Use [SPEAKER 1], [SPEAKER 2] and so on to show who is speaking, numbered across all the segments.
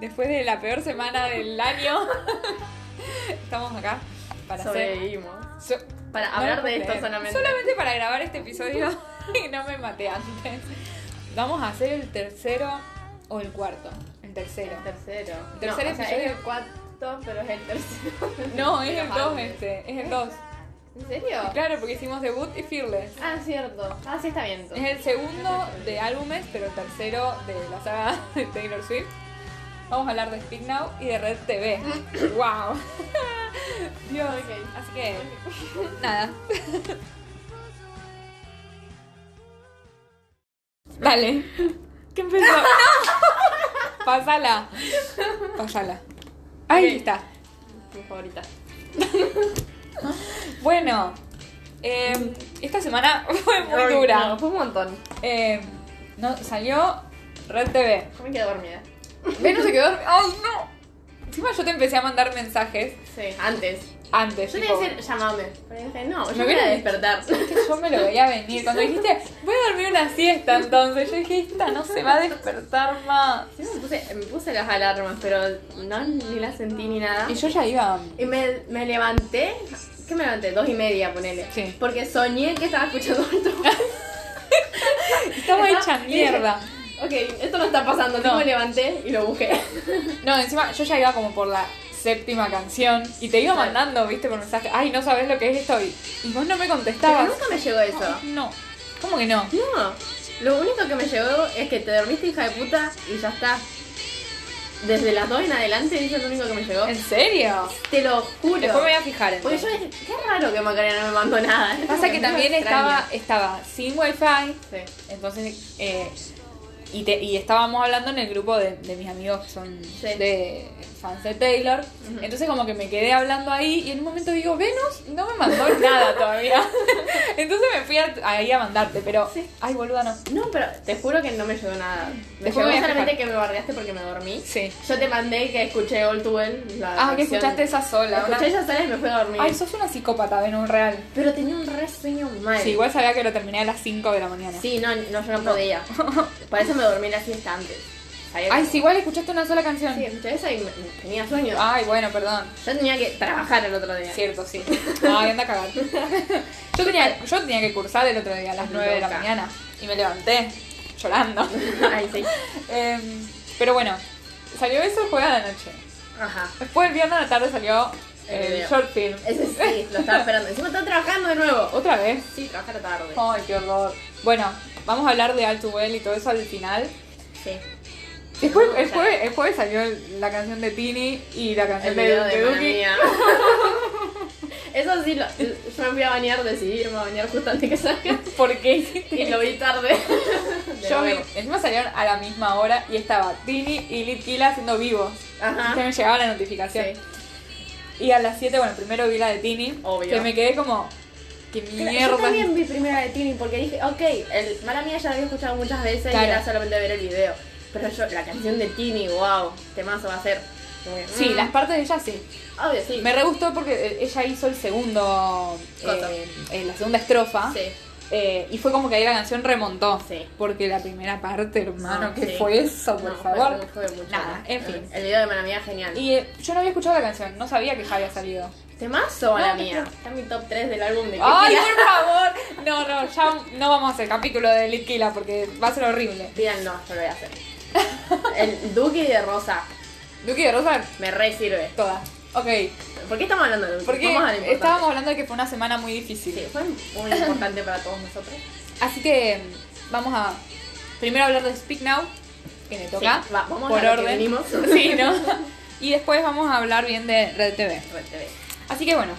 [SPEAKER 1] después de la peor semana del año, estamos acá para hacer...
[SPEAKER 2] Sobrevivimos.
[SPEAKER 1] so-
[SPEAKER 2] Para
[SPEAKER 1] no
[SPEAKER 2] hablar
[SPEAKER 1] lo
[SPEAKER 2] de
[SPEAKER 1] puedo
[SPEAKER 2] esto
[SPEAKER 1] creer.
[SPEAKER 2] solamente.
[SPEAKER 1] Solamente para grabar este episodio y no me maté antes. Vamos a hacer el tercero o el cuarto. El tercero.
[SPEAKER 2] El tercero. El
[SPEAKER 1] tercer
[SPEAKER 2] o sea,
[SPEAKER 1] episodio.
[SPEAKER 2] es el cuarto, pero es el tercero.
[SPEAKER 1] No, es el
[SPEAKER 2] Pero
[SPEAKER 1] 2
[SPEAKER 2] antes.
[SPEAKER 1] este. Es el 2.
[SPEAKER 2] ¿En serio?
[SPEAKER 1] Claro, porque hicimos debut y Fearless.
[SPEAKER 2] Ah, cierto. Ah, sí, está bien.
[SPEAKER 1] Es
[SPEAKER 2] entonces.
[SPEAKER 1] el segundo de álbumes, pero el tercero de la saga de Taylor Swift. Vamos a hablar de Speak Now y de Red TV. ¡Wow! Dios.
[SPEAKER 2] Ok. Ah,
[SPEAKER 1] Así que, nada. Dale. ¿Qué empezó? Pásala. Pásala. Ahí
[SPEAKER 2] Ok.
[SPEAKER 1] está.
[SPEAKER 2] Mi favorita.
[SPEAKER 1] Bueno, eh, esta semana fue muy
[SPEAKER 2] Ay,
[SPEAKER 1] dura.
[SPEAKER 2] no, fue un montón.
[SPEAKER 1] Eh, no, salió Red TV.
[SPEAKER 2] Yo me quedé dormida.
[SPEAKER 1] Venus se quedó. ¡Ay, no! Encima yo te empecé a mandar mensajes
[SPEAKER 2] Sí, antes.
[SPEAKER 1] antes.
[SPEAKER 2] Yo le
[SPEAKER 1] tipo,
[SPEAKER 2] iba a decir, llámame. Pero dije, no, yo
[SPEAKER 1] Me
[SPEAKER 2] me voy a
[SPEAKER 1] hubiera-
[SPEAKER 2] despertar.
[SPEAKER 1] que yo me lo veía venir. Cuando dijiste, voy a dormir una siesta, entonces yo dije, esta no se va a despertar más.
[SPEAKER 2] Sí, me puse, me puse las alarmas, pero no ni las sentí ni nada.
[SPEAKER 1] Y yo ya iba.
[SPEAKER 2] Y me, me levanté. ¿Qué me levanté? Dos y media, ponele.
[SPEAKER 1] Sí.
[SPEAKER 2] Porque soñé que estaba escuchando otro.
[SPEAKER 1] Estaba hecha
[SPEAKER 2] Y dije,
[SPEAKER 1] mierda.
[SPEAKER 2] Ok, esto no está pasando.
[SPEAKER 1] No.
[SPEAKER 2] No. Me levanté y lo busqué.
[SPEAKER 1] No, encima yo ya iba como por la séptima canción y te iba
[SPEAKER 2] Claro.
[SPEAKER 1] mandando, viste, por mensaje, ay, no sabes lo que es esto. Y, y vos no me
[SPEAKER 2] Pero
[SPEAKER 1] contestabas.
[SPEAKER 2] nunca me llegó eso.
[SPEAKER 1] No. ¿Cómo que no?
[SPEAKER 2] No, lo único que me llegó es que te dormiste, hija de puta, y ya está. Desde las dos en adelante, eso es lo único que me llegó.
[SPEAKER 1] ¿En serio?
[SPEAKER 2] Te lo juro.
[SPEAKER 1] Después me voy a fijar.
[SPEAKER 2] Porque
[SPEAKER 1] entonces.
[SPEAKER 2] yo dije, qué raro que Macarena no me mandó nada. Es
[SPEAKER 1] Pasa
[SPEAKER 2] como
[SPEAKER 1] que
[SPEAKER 2] muy
[SPEAKER 1] también
[SPEAKER 2] extraño.
[SPEAKER 1] estaba, estaba sin wifi,
[SPEAKER 2] Sí.
[SPEAKER 1] entonces, eh, y, te- y estábamos hablando en el grupo de, de mis amigos que son
[SPEAKER 2] Sí.
[SPEAKER 1] de fans de Taylor, entonces como que me quedé hablando ahí y en un momento digo, Venus no me mandó nada todavía, entonces me fui a- ahí a mandarte, pero,
[SPEAKER 2] Sí.
[SPEAKER 1] ay boluda, no.
[SPEAKER 2] No, pero te juro que no me llegó nada. Me
[SPEAKER 1] Después me voy a
[SPEAKER 2] llegó solamente
[SPEAKER 1] fijar.
[SPEAKER 2] que me bardeaste porque me dormí.
[SPEAKER 1] Sí.
[SPEAKER 2] Yo te mandé que escuché All to Well. La
[SPEAKER 1] Ah, que
[SPEAKER 2] canción.
[SPEAKER 1] escuchaste esa sola. una-
[SPEAKER 2] Escuché esa sola y me fui a dormir.
[SPEAKER 1] Ay, sos una psicópata, Venus, real.
[SPEAKER 2] Pero tenía un re sueño mal.
[SPEAKER 1] Sí, igual sabía que lo terminé a las 5 de la mañana.
[SPEAKER 2] Sí, no, no, yo no podía. Por eso me dormí la siesta antes. Sabía
[SPEAKER 1] Ay,
[SPEAKER 2] que-
[SPEAKER 1] sí, igual escuchaste una sola canción.
[SPEAKER 2] Sí, escuché esa y me- me- tenía sueño.
[SPEAKER 1] Ay, bueno, perdón.
[SPEAKER 2] Yo tenía que trabajar el otro día.
[SPEAKER 1] Cierto, sí. Ay, anda a cagar. Yo tenía, yo tenía que cursar el otro día a las 9 de la
[SPEAKER 2] Loca.
[SPEAKER 1] mañana y me levanté llorando.
[SPEAKER 2] Ay, sí.
[SPEAKER 1] Em, pero bueno, salió eso el jueves a la noche.
[SPEAKER 2] Ajá.
[SPEAKER 1] Después el viernes a la tarde salió
[SPEAKER 2] El
[SPEAKER 1] el
[SPEAKER 2] video.
[SPEAKER 1] short film.
[SPEAKER 2] Ese sí, lo estaba esperando. Encima estaba trabajando de nuevo.
[SPEAKER 1] ¿Otra vez?
[SPEAKER 2] Sí, trabajar tarde.
[SPEAKER 1] Ay, qué horror. Bueno, vamos a hablar de All Too Well y todo eso al final.
[SPEAKER 2] Sí.
[SPEAKER 1] Después,
[SPEAKER 2] No,
[SPEAKER 1] el,
[SPEAKER 2] ya.
[SPEAKER 1] jueves, el jueves salió el- la canción de Tini y la canción
[SPEAKER 2] El
[SPEAKER 1] de,
[SPEAKER 2] video
[SPEAKER 1] de
[SPEAKER 2] de Mamma
[SPEAKER 1] Duki.
[SPEAKER 2] Mía. Eso sí, lo- yo me fui a bañar, decidí irme a bañar justo antes que salga.
[SPEAKER 1] ¿Por qué?
[SPEAKER 2] Y lo vi tarde. De
[SPEAKER 1] Yo vi,
[SPEAKER 2] nuevo.
[SPEAKER 1] encima salieron a la misma hora y estaba Tini y Litkila haciendo vivos. Se
[SPEAKER 2] Ajá.
[SPEAKER 1] me llegaba la notificación.
[SPEAKER 2] Ah. Sí.
[SPEAKER 1] Y a las 7, bueno, primero vi la de Tini.
[SPEAKER 2] Obvio.
[SPEAKER 1] Que me quedé como. ¡Qué
[SPEAKER 2] Yo
[SPEAKER 1] mierda!
[SPEAKER 2] también vi primero la de Tini porque dije, ok, el mala mía ya la había escuchado muchas veces
[SPEAKER 1] Claro.
[SPEAKER 2] y era solamente ver el video. Pero yo, la canción de Tini, wow, temazo va a ser. Como que,
[SPEAKER 1] Sí,
[SPEAKER 2] mm,
[SPEAKER 1] las partes de ella sí.
[SPEAKER 2] Obvio, sí.
[SPEAKER 1] Me re gustó porque eh, ella hizo el segundo.
[SPEAKER 2] Cosa.
[SPEAKER 1] eh, eh, la segunda estrofa.
[SPEAKER 2] Sí,
[SPEAKER 1] eh, y fue como que ahí la canción remontó.
[SPEAKER 2] sí.
[SPEAKER 1] Porque la primera parte, hermano,
[SPEAKER 2] No,
[SPEAKER 1] ¿qué
[SPEAKER 2] Ah, sí.
[SPEAKER 1] fue eso, por
[SPEAKER 2] No, fue-
[SPEAKER 1] favor?
[SPEAKER 2] fue Eh. mucho.
[SPEAKER 1] Nada, en fin.
[SPEAKER 2] El video de Mala Mía, genial.
[SPEAKER 1] Y eh, yo no había escuchado la canción, no sabía que ya había salido.
[SPEAKER 2] Temazo, Mala
[SPEAKER 1] No, no,
[SPEAKER 2] Mía.
[SPEAKER 1] no.
[SPEAKER 2] Está en mi top 3 del álbum de
[SPEAKER 1] Ah, ¡Ay,
[SPEAKER 2] Cristina.
[SPEAKER 1] por favor! No, no, ya no vamos a hacer capítulo de Litquila porque va a ser horrible.
[SPEAKER 2] Digan, no, yo lo voy a hacer. El Duque de Rosa
[SPEAKER 1] Duque de Rosa,
[SPEAKER 2] me re sirve.
[SPEAKER 1] todas. Ok,
[SPEAKER 2] ¿Por qué estamos hablando de Duki?
[SPEAKER 1] porque
[SPEAKER 2] Vamos a lo importante.
[SPEAKER 1] estábamos hablando de que fue una semana muy difícil.
[SPEAKER 2] Sí, fue muy importante para todos nosotros.
[SPEAKER 1] Así que mm, vamos a primero hablar de Speak Now, que me toca.
[SPEAKER 2] Sí, va, vamos
[SPEAKER 1] por
[SPEAKER 2] a lo que
[SPEAKER 1] orden.
[SPEAKER 2] venimos.
[SPEAKER 1] sí, ¿no? Y después vamos a hablar bien de Red TV.
[SPEAKER 2] Red TV.
[SPEAKER 1] Así que bueno,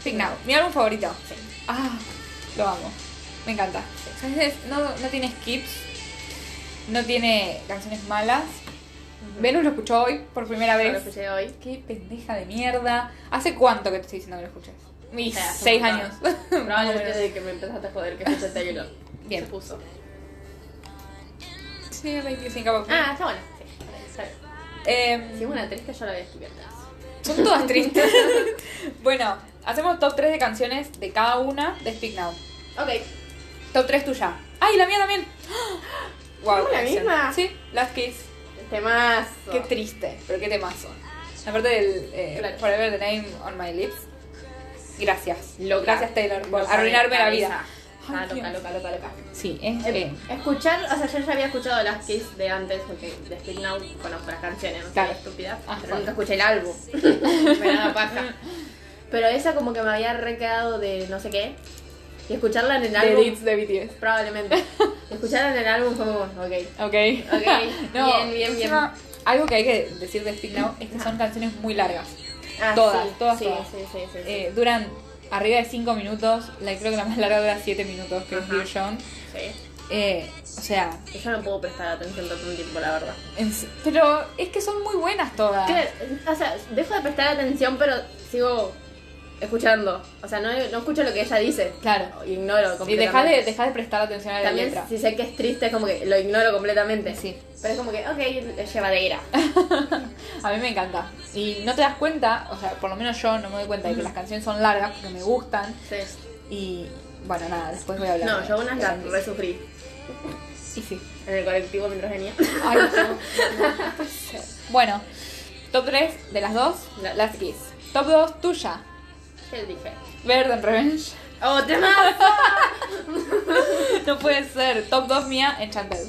[SPEAKER 1] Speak Now, mi álbum favorito.
[SPEAKER 2] Sí.
[SPEAKER 1] Ah, lo amo. Me encanta. Es- No, no tiene skips, no tiene canciones malas. Venus lo escuchó hoy por primera
[SPEAKER 2] Yo lo
[SPEAKER 1] vez.
[SPEAKER 2] escuché hoy.
[SPEAKER 1] Qué pendeja de mierda. ¿Hace cuánto que te estoy diciendo que lo escuches? Mis
[SPEAKER 2] sea, hace
[SPEAKER 1] seis
[SPEAKER 2] un
[SPEAKER 1] años.
[SPEAKER 2] montón.
[SPEAKER 1] Más o
[SPEAKER 2] Probablemente
[SPEAKER 1] menos.
[SPEAKER 2] desde que me empezaste a joder que escuché Taylor.
[SPEAKER 1] Bien.
[SPEAKER 2] Se puso.
[SPEAKER 1] Sí, 25
[SPEAKER 2] Ah, está bueno. Sí, está bien.
[SPEAKER 1] Em,
[SPEAKER 2] Si es una triste, yo la voy a escribir atrás.
[SPEAKER 1] Son todas tristes. bueno, hacemos top 3 de canciones de cada una de Speak Now.
[SPEAKER 2] Ok.
[SPEAKER 1] Top 3 tuya. ¡Ay, la mía también! Wow,
[SPEAKER 2] ¿Tenemos la misma?
[SPEAKER 1] Sí, Last Kiss.
[SPEAKER 2] Temazo.
[SPEAKER 1] Qué triste, pero qué temazo. Aparte del eh,
[SPEAKER 2] Claro.
[SPEAKER 1] Forever the Name on My Lips. Gracias.
[SPEAKER 2] Loca.
[SPEAKER 1] Gracias, Taylor, por
[SPEAKER 2] No sabe,
[SPEAKER 1] arruinarme la
[SPEAKER 2] cabeza.
[SPEAKER 1] vida.
[SPEAKER 2] Ah,
[SPEAKER 1] Ay,
[SPEAKER 2] loca,
[SPEAKER 1] Dios.
[SPEAKER 2] loca, loca, loca.
[SPEAKER 1] Sí, es.
[SPEAKER 2] Eh,
[SPEAKER 1] eh,
[SPEAKER 2] Escuchar, o sea, yo ya había escuchado las Kiss de antes, porque de Spin Now conozco las canciones, no
[SPEAKER 1] Claro.
[SPEAKER 2] sé, estúpidas,
[SPEAKER 1] Ah,
[SPEAKER 2] pero
[SPEAKER 1] bueno.
[SPEAKER 2] nunca escuché el álbum. me daba paja. Pero esa como que me había requedado de no sé qué, y escucharla en el
[SPEAKER 1] The
[SPEAKER 2] álbum,
[SPEAKER 1] Deeds de BTS.
[SPEAKER 2] probablemente. escucharla en el álbum fue como, ok.
[SPEAKER 1] Ok.
[SPEAKER 2] Ok,
[SPEAKER 1] No,
[SPEAKER 2] bien, bien, bien.
[SPEAKER 1] encima, Algo que hay que decir de Speak Now es que son canciones muy largas.
[SPEAKER 2] Ah,
[SPEAKER 1] Todas,
[SPEAKER 2] sí,
[SPEAKER 1] todas,
[SPEAKER 2] sí,
[SPEAKER 1] todas.
[SPEAKER 2] sí, sí, sí, sí.
[SPEAKER 1] Eh, duran arriba de 5 minutos. La, creo que la más larga dura 7 minutos, que es
[SPEAKER 2] Ajá.
[SPEAKER 1] Dear John.
[SPEAKER 2] Sí.
[SPEAKER 1] Eh, o sea,
[SPEAKER 2] Que Yo no puedo prestar atención todo un tiempo, la verdad.
[SPEAKER 1] en s- pero es que son muy buenas todas.
[SPEAKER 2] Claro, o sea, dejo de prestar atención, pero sigo escuchando. O sea, no, no escucho lo que ella dice.
[SPEAKER 1] Claro.
[SPEAKER 2] Ignoro completamente.
[SPEAKER 1] Y deja de, dejá de prestar atención a la
[SPEAKER 2] También
[SPEAKER 1] letra.
[SPEAKER 2] si sé que es triste, es como que lo ignoro completamente.
[SPEAKER 1] Sí.
[SPEAKER 2] Pero es como que, ok, es llevadera.
[SPEAKER 1] A mí me encanta. Y no te das cuenta, o sea, por lo menos yo no me doy cuenta de que las canciones son largas porque me gustan.
[SPEAKER 2] Sí.
[SPEAKER 1] Y bueno, nada, después voy a hablar.
[SPEAKER 2] No,
[SPEAKER 1] de-
[SPEAKER 2] yo unas
[SPEAKER 1] de
[SPEAKER 2] las
[SPEAKER 1] Andy.
[SPEAKER 2] resufrí
[SPEAKER 1] Y sí.
[SPEAKER 2] en el colectivo mientras venía.
[SPEAKER 1] Ay, no, no puede ser. Bueno, top 3 de las dos,
[SPEAKER 2] La-
[SPEAKER 1] las Kiss. Top 2 tuya,
[SPEAKER 2] ¿Qué dije?
[SPEAKER 1] Verde en Revenge.
[SPEAKER 2] ¡Oh, tema!
[SPEAKER 1] No puede ser. Top 2 mía, Enchanted.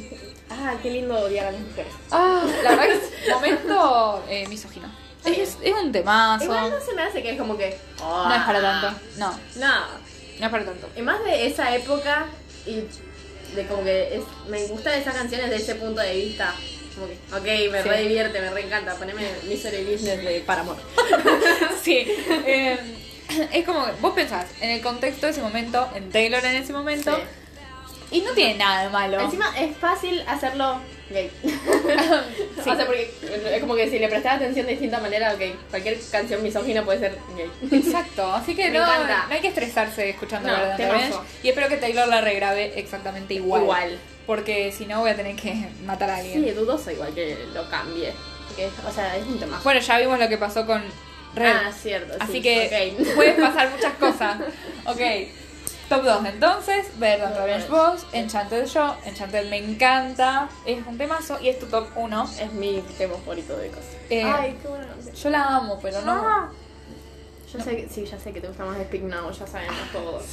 [SPEAKER 2] ah, qué lindo odiar a las mujeres.
[SPEAKER 1] Ah, la verdad que es momento eh, misógino. Es, es un temazo.
[SPEAKER 2] Igual no se me hace que es como que. "Oh,
[SPEAKER 1] No es para tanto. No,
[SPEAKER 2] No.
[SPEAKER 1] no es para tanto.
[SPEAKER 2] Y más de esa época y de como que es- me gustan esas canciones de ese punto de vista. Como que, ok, me
[SPEAKER 1] Sí.
[SPEAKER 2] re divierte, me re encanta. Poneme Misery Business de Paramore.
[SPEAKER 1] Sí. eh, es como que vos pensás en el contexto de ese momento, en Taylor en ese momento, y no tiene nada de malo.
[SPEAKER 2] Encima es fácil hacerlo gay. O sea, porque es como que si le prestás atención de distinta manera, ok, cualquier canción misógina puede ser gay.
[SPEAKER 1] Exacto, así que
[SPEAKER 2] Me
[SPEAKER 1] no,
[SPEAKER 2] encanta.
[SPEAKER 1] no hay que estresarse escuchando
[SPEAKER 2] No,
[SPEAKER 1] Verdad
[SPEAKER 2] temazo.
[SPEAKER 1] Revenge. Y espero que Taylor la regrabe exactamente igual. Porque si no voy a tener que matar a alguien.
[SPEAKER 2] Sí, dudoso igual que lo cambie. Porque, o sea, es un tema.
[SPEAKER 1] Bueno, ya vimos lo que pasó con Red.
[SPEAKER 2] Ah, cierto.
[SPEAKER 1] así
[SPEAKER 2] sí,
[SPEAKER 1] que
[SPEAKER 2] ok.
[SPEAKER 1] pueden pasar muchas cosas. Ok. Top 2 entonces, Verdad Revenge Boss, Enchanted Show, Enchanted me encanta, es un temazo y es tu top 1.
[SPEAKER 2] Es mi tema favorito de cosas.
[SPEAKER 1] Eh,
[SPEAKER 2] Ay, qué buena canción.
[SPEAKER 1] Yo la amo, pero no.
[SPEAKER 2] Ah. Yo sé que, sí, ya sé que te gusta más Speak Now, ya
[SPEAKER 1] Ah,
[SPEAKER 2] sabemos todos.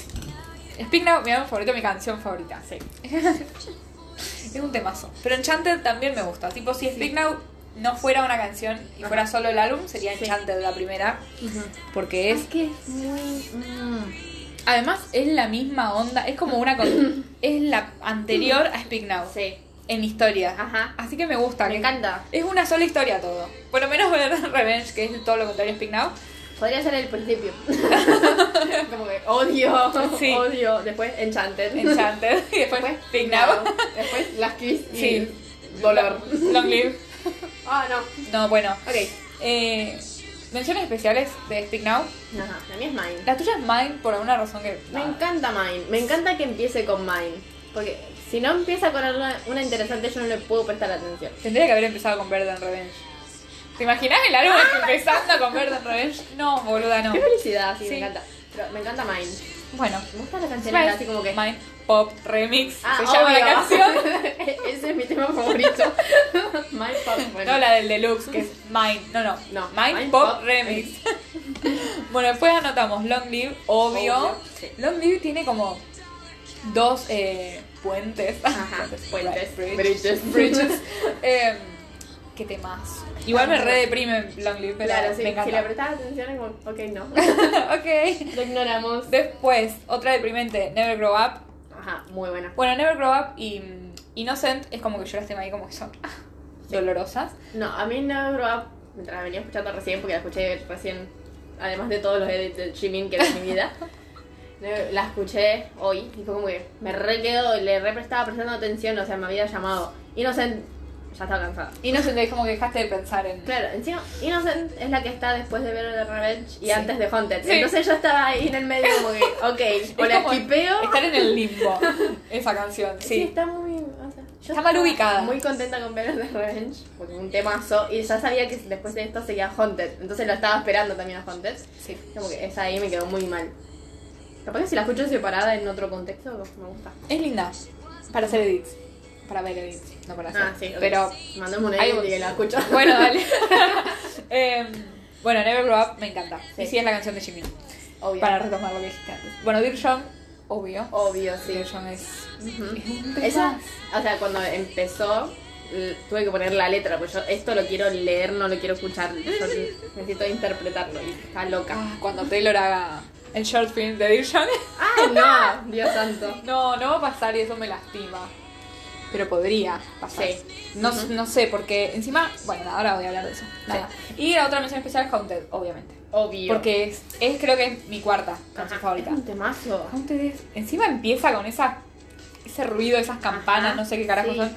[SPEAKER 1] Speak Now, mi álbum favorito, mi canción favorita.
[SPEAKER 2] Sí.
[SPEAKER 1] Es un temazo. Pero Enchanted también me gusta. Tipo, si Speak Now no fuera una canción y
[SPEAKER 2] Ajá.
[SPEAKER 1] fuera solo el álbum, sería
[SPEAKER 2] Sí.
[SPEAKER 1] Enchanted la primera. Porque es.
[SPEAKER 2] que es muy. mm,
[SPEAKER 1] Además, es la misma onda. Es como una. con- es la anterior a Speak Now.
[SPEAKER 2] Sí.
[SPEAKER 1] En historia.
[SPEAKER 2] Ajá.
[SPEAKER 1] Así que me gusta.
[SPEAKER 2] Me
[SPEAKER 1] que-
[SPEAKER 2] encanta.
[SPEAKER 1] Es una sola historia todo. Por lo menos Verdad Revenge, que es todo lo contrario a Speak Now.
[SPEAKER 2] Podría ser el principio. Como que odio,
[SPEAKER 1] Sí.
[SPEAKER 2] odio. Después Enchanted.
[SPEAKER 1] Enchanted. y después
[SPEAKER 2] Después
[SPEAKER 1] Speak Now.
[SPEAKER 2] Después Las Kiss. y
[SPEAKER 1] Sí.
[SPEAKER 2] Dolor.
[SPEAKER 1] Long live.
[SPEAKER 2] Ah, no.
[SPEAKER 1] No, bueno.
[SPEAKER 2] Ok.
[SPEAKER 1] Eh, menciones especiales de Speak Now.
[SPEAKER 2] Ajá, la mía es Mine.
[SPEAKER 1] La tuya es Mine por alguna razón que. ah,
[SPEAKER 2] Me
[SPEAKER 1] nada.
[SPEAKER 2] encanta Mine. Me encanta que empiece con Mine. Porque si no empieza con una, una interesante, yo no le puedo prestar atención.
[SPEAKER 1] Tendría que haber empezado con Verde en Revenge. ¿Te imaginas el álbum
[SPEAKER 2] Ah.
[SPEAKER 1] empezando con Verde en Revenge? No, boluda, no.
[SPEAKER 2] Qué felicidad, sí,
[SPEAKER 1] Sí.
[SPEAKER 2] me encanta. Pero me encanta Mine.
[SPEAKER 1] Bueno,
[SPEAKER 2] Me gustan las
[SPEAKER 1] se
[SPEAKER 2] canciones
[SPEAKER 1] llama
[SPEAKER 2] así como que.
[SPEAKER 1] Mind Pop Remix.
[SPEAKER 2] Ah,
[SPEAKER 1] se llama
[SPEAKER 2] obvio.
[SPEAKER 1] la canción.
[SPEAKER 2] Ese es mi tema favorito. My Pop Remix.
[SPEAKER 1] No la del deluxe, que es Mind. No, no.
[SPEAKER 2] No,
[SPEAKER 1] Mind,
[SPEAKER 2] Mind
[SPEAKER 1] Pop,
[SPEAKER 2] Pop
[SPEAKER 1] Remix. bueno, después anotamos Long Live, obvio.
[SPEAKER 2] Obvio, sí.
[SPEAKER 1] Long Live tiene como dos eh, puentes.
[SPEAKER 2] Ajá, puentes,
[SPEAKER 1] Bridges.
[SPEAKER 2] bridges.
[SPEAKER 1] Bridges. Eh, qué temas. Igual me re deprime Long Live, pero
[SPEAKER 2] Claro, sí,
[SPEAKER 1] me encanta.
[SPEAKER 2] si le prestas atención es como, ok, no.
[SPEAKER 1] ok.
[SPEAKER 2] Lo ignoramos.
[SPEAKER 1] Después, otra deprimente, Never Grow Up.
[SPEAKER 2] Ajá, muy buena.
[SPEAKER 1] Bueno, Never Grow Up y mm, Innocent es como que yo las tengo ahí como que son ah, dolorosas.
[SPEAKER 2] No, a mí no me probaba mientras la venía escuchando recién, porque la escuché recién, además de todos los edits de Jimin que era mi vida. no, La escuché hoy y fue como que me re quedo, le re prestaba prestando atención, o sea, me había llamado. Inocent, ya estaba cansada.
[SPEAKER 1] Innocent es como que dejaste de pensar en...
[SPEAKER 2] Claro, encima Innocent es la que está después de ver The Revenge y
[SPEAKER 1] Sí.
[SPEAKER 2] antes de Haunted.
[SPEAKER 1] Sí.
[SPEAKER 2] Entonces yo estaba ahí en el medio como que, ok, o
[SPEAKER 1] Es
[SPEAKER 2] la
[SPEAKER 1] como
[SPEAKER 2] esquipeo.
[SPEAKER 1] Estar en el limbo, esa canción,
[SPEAKER 2] Sí,
[SPEAKER 1] sí.
[SPEAKER 2] está muy. o sea, yo
[SPEAKER 1] Está mal
[SPEAKER 2] estaba
[SPEAKER 1] ubicada.
[SPEAKER 2] Muy contenta con ver The Revenge, porque es un temazo. Y ya sabía que después de esto seguía Haunted. Entonces lo estaba esperando también a Haunted.
[SPEAKER 1] Sí.
[SPEAKER 2] Como que esa ahí me quedó muy mal. Capaz que si la escucho separada en otro contexto, me gusta.
[SPEAKER 1] Es linda, para hacer edits. para ver edits, no para hacer.
[SPEAKER 2] Ah, sí, ok.
[SPEAKER 1] Pero
[SPEAKER 2] Mandame una
[SPEAKER 1] Ahí
[SPEAKER 2] edit
[SPEAKER 1] voy.
[SPEAKER 2] y que la escucho.
[SPEAKER 1] bueno, dale. Em, bueno, Never Grow Up me encanta.
[SPEAKER 2] Sí.
[SPEAKER 1] Y sí es la canción de Jimmy.
[SPEAKER 2] obvio.
[SPEAKER 1] Para retomar lo que dijiste antes. Bueno, Dear John, obvio.
[SPEAKER 2] Obvio, Oh, sí.
[SPEAKER 1] Dear John es. es
[SPEAKER 2] Ujú.
[SPEAKER 1] un
[SPEAKER 2] Esa,
[SPEAKER 1] tema.
[SPEAKER 2] o sea, cuando empezó, l- tuve que poner la letra, porque yo esto lo quiero leer, no lo quiero escuchar. Yo necesito interpretarlo y está loca.
[SPEAKER 1] Ah, cuando Taylor haga el short film de Dear John.
[SPEAKER 2] ¡Ay, no! Dios santo.
[SPEAKER 1] No, no va a pasar y eso me lastima. Pero podría pasar.
[SPEAKER 2] Sí.
[SPEAKER 1] No,
[SPEAKER 2] Ujú.
[SPEAKER 1] no sé, porque encima. Bueno, nada, ahora voy a hablar de eso. Nada. Y la otra mención especial es Haunted, obviamente.
[SPEAKER 2] Obvio.
[SPEAKER 1] Porque es, es creo que es mi cuarta canción
[SPEAKER 2] Ajá.
[SPEAKER 1] favorita.
[SPEAKER 2] Es un temazo.
[SPEAKER 1] Haunted es. Encima empieza con esa, ese ruido, esas campanas,
[SPEAKER 2] Ajá,
[SPEAKER 1] no sé qué carajos
[SPEAKER 2] sí.
[SPEAKER 1] son.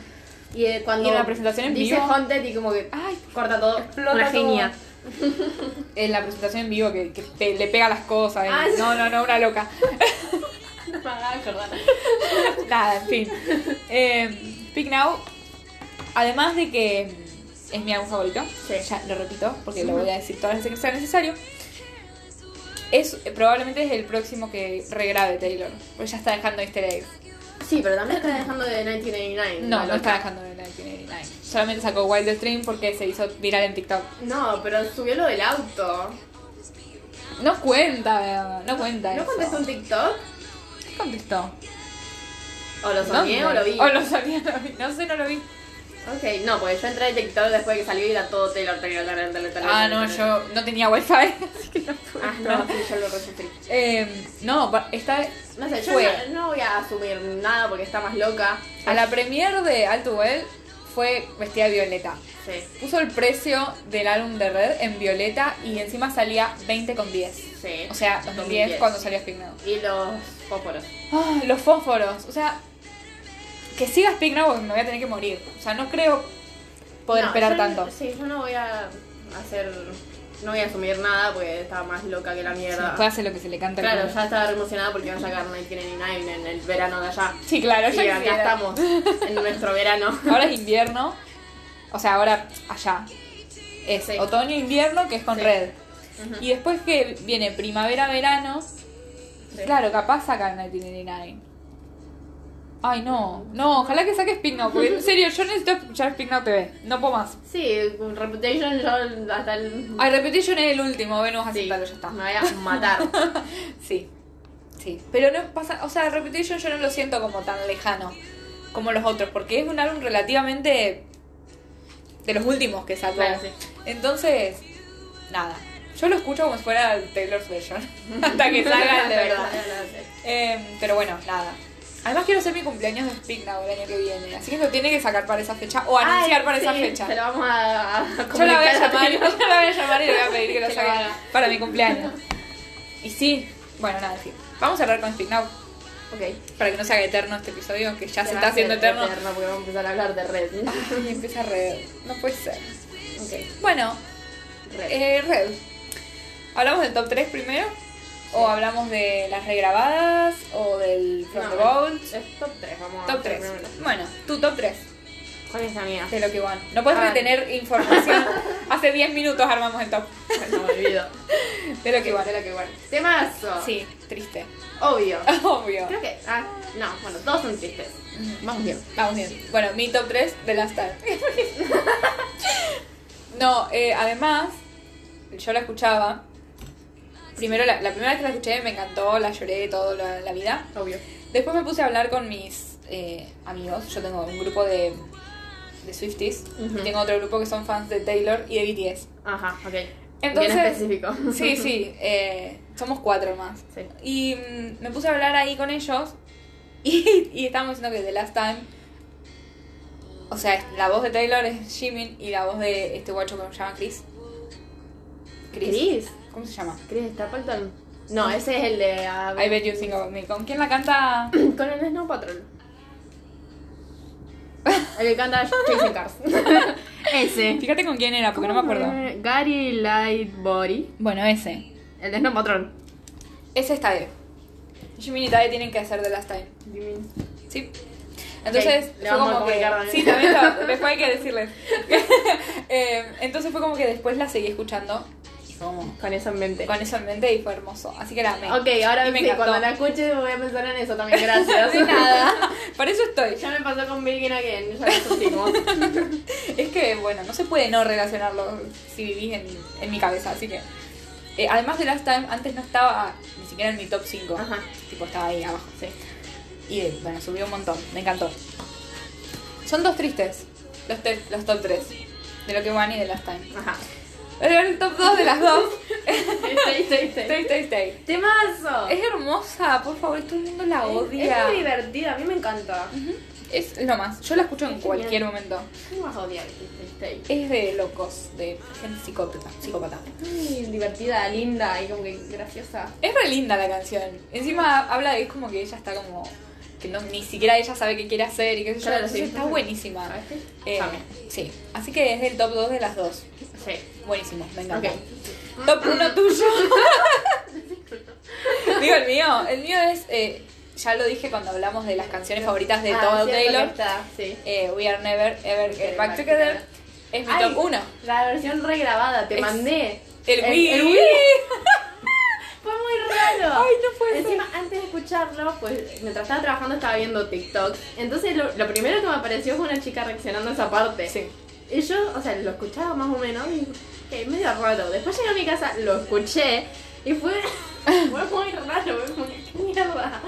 [SPEAKER 2] Y eh, cuando
[SPEAKER 1] Y en la presentación en
[SPEAKER 2] dice
[SPEAKER 1] vivo-
[SPEAKER 2] Haunted y como que
[SPEAKER 1] Ay,
[SPEAKER 2] corta todo.
[SPEAKER 1] Explota
[SPEAKER 2] una
[SPEAKER 1] todo.
[SPEAKER 2] genia.
[SPEAKER 1] en la presentación en vivo que, que pe- le pega las cosas. y-
[SPEAKER 2] Ah, sí.
[SPEAKER 1] no, no, no, una loca.
[SPEAKER 2] No me hagas acordar.
[SPEAKER 1] Nada, en fin. Eh, Speak Now, además de que mm, es mi álbum favorito,
[SPEAKER 2] Sí.
[SPEAKER 1] ya lo repito porque lo voy a decir todas las veces que sea necesario, es eh, probablemente es el próximo que regrabe Taylor, porque ya está dejando easter eggs.
[SPEAKER 2] Sí, pero también está dejando de 1999.
[SPEAKER 1] No,
[SPEAKER 2] la
[SPEAKER 1] no está
[SPEAKER 2] loca.
[SPEAKER 1] dejando de 1989. Solamente sacó Wild Stream porque se hizo viral en TikTok.
[SPEAKER 2] No, pero subió lo del auto.
[SPEAKER 1] No cuenta, no cuenta
[SPEAKER 2] ¿No
[SPEAKER 1] eso.
[SPEAKER 2] contestó un TikTok?
[SPEAKER 1] ¿Qué contestó?
[SPEAKER 2] ¿O lo soñé o
[SPEAKER 1] ¿Dónde?
[SPEAKER 2] lo vi?
[SPEAKER 1] O lo soñé, lo vi. No sé, no lo vi.
[SPEAKER 2] Ok, no, porque yo entré en TikTok después de que salió y era todo Taylor, Taylor, Taylor, Taylor, Taylor.
[SPEAKER 1] Ah, no,
[SPEAKER 2] Taylor.
[SPEAKER 1] yo no tenía wifi, así que no pude.
[SPEAKER 2] Ah, no, sí, yo lo resufrí.
[SPEAKER 1] Eh, no, pa- está
[SPEAKER 2] No sé, yo
[SPEAKER 1] Fue.
[SPEAKER 2] no, no voy a asumir nada porque está más loca.
[SPEAKER 1] a la premier de Alto Well fue vestida de violeta.
[SPEAKER 2] Sí,
[SPEAKER 1] Puso el precio del álbum de Red en violeta y encima salía 20 con 10.
[SPEAKER 2] sí.
[SPEAKER 1] O sea, 2010,
[SPEAKER 2] 2010.
[SPEAKER 1] cuando salió Speak Now.
[SPEAKER 2] Y los fósforos.
[SPEAKER 1] Ah, los fósforos, o sea, que siga Speak Now porque me voy a tener que morir. O sea, no creo poder
[SPEAKER 2] No,
[SPEAKER 1] esperar
[SPEAKER 2] yo-
[SPEAKER 1] tanto.
[SPEAKER 2] Sí, yo no voy a hacer. No voy a asumir nada porque está más loca que la mierda.
[SPEAKER 1] Puede hacer lo que se le canta. al
[SPEAKER 2] Claro,
[SPEAKER 1] culo.
[SPEAKER 2] ya estaba re emocionada porque van a sacar 1999 en el verano de allá.
[SPEAKER 1] Sí, claro, ya
[SPEAKER 2] Y acá
[SPEAKER 1] quisiera.
[SPEAKER 2] estamos, en nuestro verano.
[SPEAKER 1] Ahora es invierno. O sea, ahora allá. Es
[SPEAKER 2] Sí.
[SPEAKER 1] otoño invierno que es con
[SPEAKER 2] Sí.
[SPEAKER 1] red.
[SPEAKER 2] Ujú.
[SPEAKER 1] Y después que viene primavera, verano.
[SPEAKER 2] Sí.
[SPEAKER 1] Claro, capaz sacan 1999. Ay, no. No, ojalá que saque Speak Now. Porque en serio, yo necesito escuchar Speak Now TV. No puedo más.
[SPEAKER 2] Sí, con Reputation yo hasta el.
[SPEAKER 1] Ay, Repetition es el último. Venus,
[SPEAKER 2] Sí,
[SPEAKER 1] aceptalo, ya está.
[SPEAKER 2] Me voy a matar.
[SPEAKER 1] Sí. Sí. Pero no pasa. O sea, Repetition yo no lo siento como tan lejano como los otros. Porque es un álbum relativamente. de los últimos que sacó.
[SPEAKER 2] Claro, sí.
[SPEAKER 1] Entonces, nada. Yo lo escucho como si fuera el Taylor's version. Hasta que salga el de verdad. Eh, pero bueno, nada. Además quiero hacer mi cumpleaños de Speak Now el año que viene. Así que lo tiene que sacar para esa fecha o anunciar
[SPEAKER 2] Ay,
[SPEAKER 1] para esa
[SPEAKER 2] sí,
[SPEAKER 1] fecha.
[SPEAKER 2] Se lo vamos a, a
[SPEAKER 1] Yo la voy a llamar,
[SPEAKER 2] comunicar Taylor.
[SPEAKER 1] yo la voy a llamar y le voy a pedir que lo
[SPEAKER 2] Que lo
[SPEAKER 1] saque
[SPEAKER 2] haga.
[SPEAKER 1] para mi cumpleaños. Y sí, bueno, nada, sí. Vamos a hablar con Speak Now
[SPEAKER 2] Ok.
[SPEAKER 1] para que no se haga eterno este episodio, que ya se,
[SPEAKER 2] Se va
[SPEAKER 1] está
[SPEAKER 2] a hacer
[SPEAKER 1] haciendo eterno.
[SPEAKER 2] porque vamos a empezar a hablar de red.
[SPEAKER 1] Ay, empieza a reír. No puede ser.
[SPEAKER 2] ok,
[SPEAKER 1] Bueno,
[SPEAKER 2] red.
[SPEAKER 1] Eh, Red. ¿Hablamos del top 3 primero? ¿O hablamos de las regrabadas? ¿O del From
[SPEAKER 2] No,
[SPEAKER 1] the Vault?
[SPEAKER 2] es top 3, vamos a
[SPEAKER 1] Top
[SPEAKER 2] hacer
[SPEAKER 1] 3.
[SPEAKER 2] primero.
[SPEAKER 1] Bueno, tu top 3
[SPEAKER 2] ¿Cuál es la mía?
[SPEAKER 1] de lo que van. No puedes
[SPEAKER 2] Ah.
[SPEAKER 1] retener información. Hace 10 minutos armamos el top
[SPEAKER 2] No me olvido.
[SPEAKER 1] de lo que van.
[SPEAKER 2] de lo que igual. Temazo.
[SPEAKER 1] Sí, triste.
[SPEAKER 2] Obvio.
[SPEAKER 1] Obvio.
[SPEAKER 2] Creo que. Ah, no, bueno, todos son tristes. Vamos bien.
[SPEAKER 1] Vamos bien. Bueno, mi top 3 de Last Time. no, eh, además, yo la escuchaba. Primero, la, la primera vez que la escuché me encantó, la lloré toda la- la vida.
[SPEAKER 2] Obvio.
[SPEAKER 1] Después me puse a hablar con mis eh, amigos. Yo tengo un grupo de, de Swifties.
[SPEAKER 2] Ujú.
[SPEAKER 1] Y tengo otro grupo que son fans de Taylor y de BTS.
[SPEAKER 2] Ajá, ok.
[SPEAKER 1] Entonces-
[SPEAKER 2] Bien específico.
[SPEAKER 1] Sí, sí. eh, somos cuatro más.
[SPEAKER 2] Sí.
[SPEAKER 1] Y mm, me puse a hablar ahí con ellos. Y, y estábamos diciendo que The Last Time. O sea, la voz de Taylor es Jimin y la voz de este guacho que se llama Chris. Chris.
[SPEAKER 2] Chris.
[SPEAKER 1] ¿Cómo se llama?
[SPEAKER 2] Chris Stapleton. No, ese es el de. ah,
[SPEAKER 1] I bet you think about me. ¿Con quién la canta?
[SPEAKER 2] Con el Snow Patrol. El que canta Jason Cars. ese.
[SPEAKER 1] Fíjate con quién era, porque no me acuerdo.
[SPEAKER 2] Gary Lightbody.
[SPEAKER 1] Bueno, ese.
[SPEAKER 2] El de Snow Patrol.
[SPEAKER 1] Ese es Tade. Jimin y Tade tienen que hacer The Last Time. ¿Sí? Entonces,
[SPEAKER 2] Ok, le
[SPEAKER 1] fue
[SPEAKER 2] vamos a
[SPEAKER 1] como que.
[SPEAKER 2] comunicar también.
[SPEAKER 1] Sí, también lo- después hay que decirles. Eh, entonces fue como que después la seguí escuchando. Y somos.
[SPEAKER 2] Con eso en mente.
[SPEAKER 1] Con eso en mente y fue hermoso. Así que nada, me
[SPEAKER 2] Ok, ahora
[SPEAKER 1] Y me
[SPEAKER 2] sí,
[SPEAKER 1] encantó.
[SPEAKER 2] cuando la escuche voy a pensar en eso también, gracias.
[SPEAKER 1] De nada. Para eso estoy.
[SPEAKER 2] Ya me pasó con Begin Again, ya lo supimos.
[SPEAKER 1] Es que, bueno, no se puede no relacionarlo si vivís en, en mi cabeza, así que. eh, además de Last Time, antes no estaba ni siquiera en mi top 5.
[SPEAKER 2] Ajá.
[SPEAKER 1] Tipo, estaba ahí abajo.
[SPEAKER 2] Sí.
[SPEAKER 1] Y eh, bueno, subió un montón, me encantó. Son dos tristes, los, te- los top 3. De lo que van y de Last Time.
[SPEAKER 2] Ajá.
[SPEAKER 1] Pero era el top 2 de las dos.
[SPEAKER 2] Stay, stay, stay.
[SPEAKER 1] Stay, stay, stay.
[SPEAKER 2] ¡Temazo!
[SPEAKER 1] Es hermosa, por favor, todo el mundo la
[SPEAKER 2] Es
[SPEAKER 1] odia.
[SPEAKER 2] muy divertida, a mí me encanta.
[SPEAKER 1] Es lo más, yo la escucho en
[SPEAKER 2] Es genial.
[SPEAKER 1] cualquier momento.
[SPEAKER 2] ¿Cómo vas a odiar Stay, stay?
[SPEAKER 1] Es de locos, de gente psicópata. psicópata.
[SPEAKER 2] Es muy divertida, linda y como que graciosa.
[SPEAKER 1] Es re linda la canción. Encima habla de es como que ella está como. que no, ni siquiera ella sabe qué quiere hacer y qué sé yo.
[SPEAKER 2] Claro,
[SPEAKER 1] Entonces
[SPEAKER 2] sí.
[SPEAKER 1] está buenísima.
[SPEAKER 2] ¿Sabes qué?
[SPEAKER 1] Eh,
[SPEAKER 2] Same.
[SPEAKER 1] sí. Así que es del top 2 de las dos.
[SPEAKER 2] Sí.
[SPEAKER 1] Buenísimo, me
[SPEAKER 2] Ok.
[SPEAKER 1] encanta. Top 1 tuyo. Digo el mío. El mío es. eh, ya lo dije cuando hablamos de las canciones favoritas de
[SPEAKER 2] Ah,
[SPEAKER 1] Tom
[SPEAKER 2] cierto que
[SPEAKER 1] Taylor.
[SPEAKER 2] está, sí.
[SPEAKER 1] Eh, We Are Never Ever Get Back Together. Es mi
[SPEAKER 2] Ay,
[SPEAKER 1] top 1.
[SPEAKER 2] La versión regrabada, te
[SPEAKER 1] Es-
[SPEAKER 2] mandé.
[SPEAKER 1] El Wii.
[SPEAKER 2] el Wii. Fue muy raro.
[SPEAKER 1] Ay, no puede ser.
[SPEAKER 2] Encima, antes de escucharlo, pues mientras estaba trabajando estaba viendo TikTok. Entonces, lo, lo primero que me apareció fue una chica reaccionando a esa parte.
[SPEAKER 1] Sí.
[SPEAKER 2] Y yo, o sea, lo escuchaba más o menos y que medio raro. Después llegué a mi casa, lo escuché y fue, fue muy raro. Fue como, ¿qué mierda?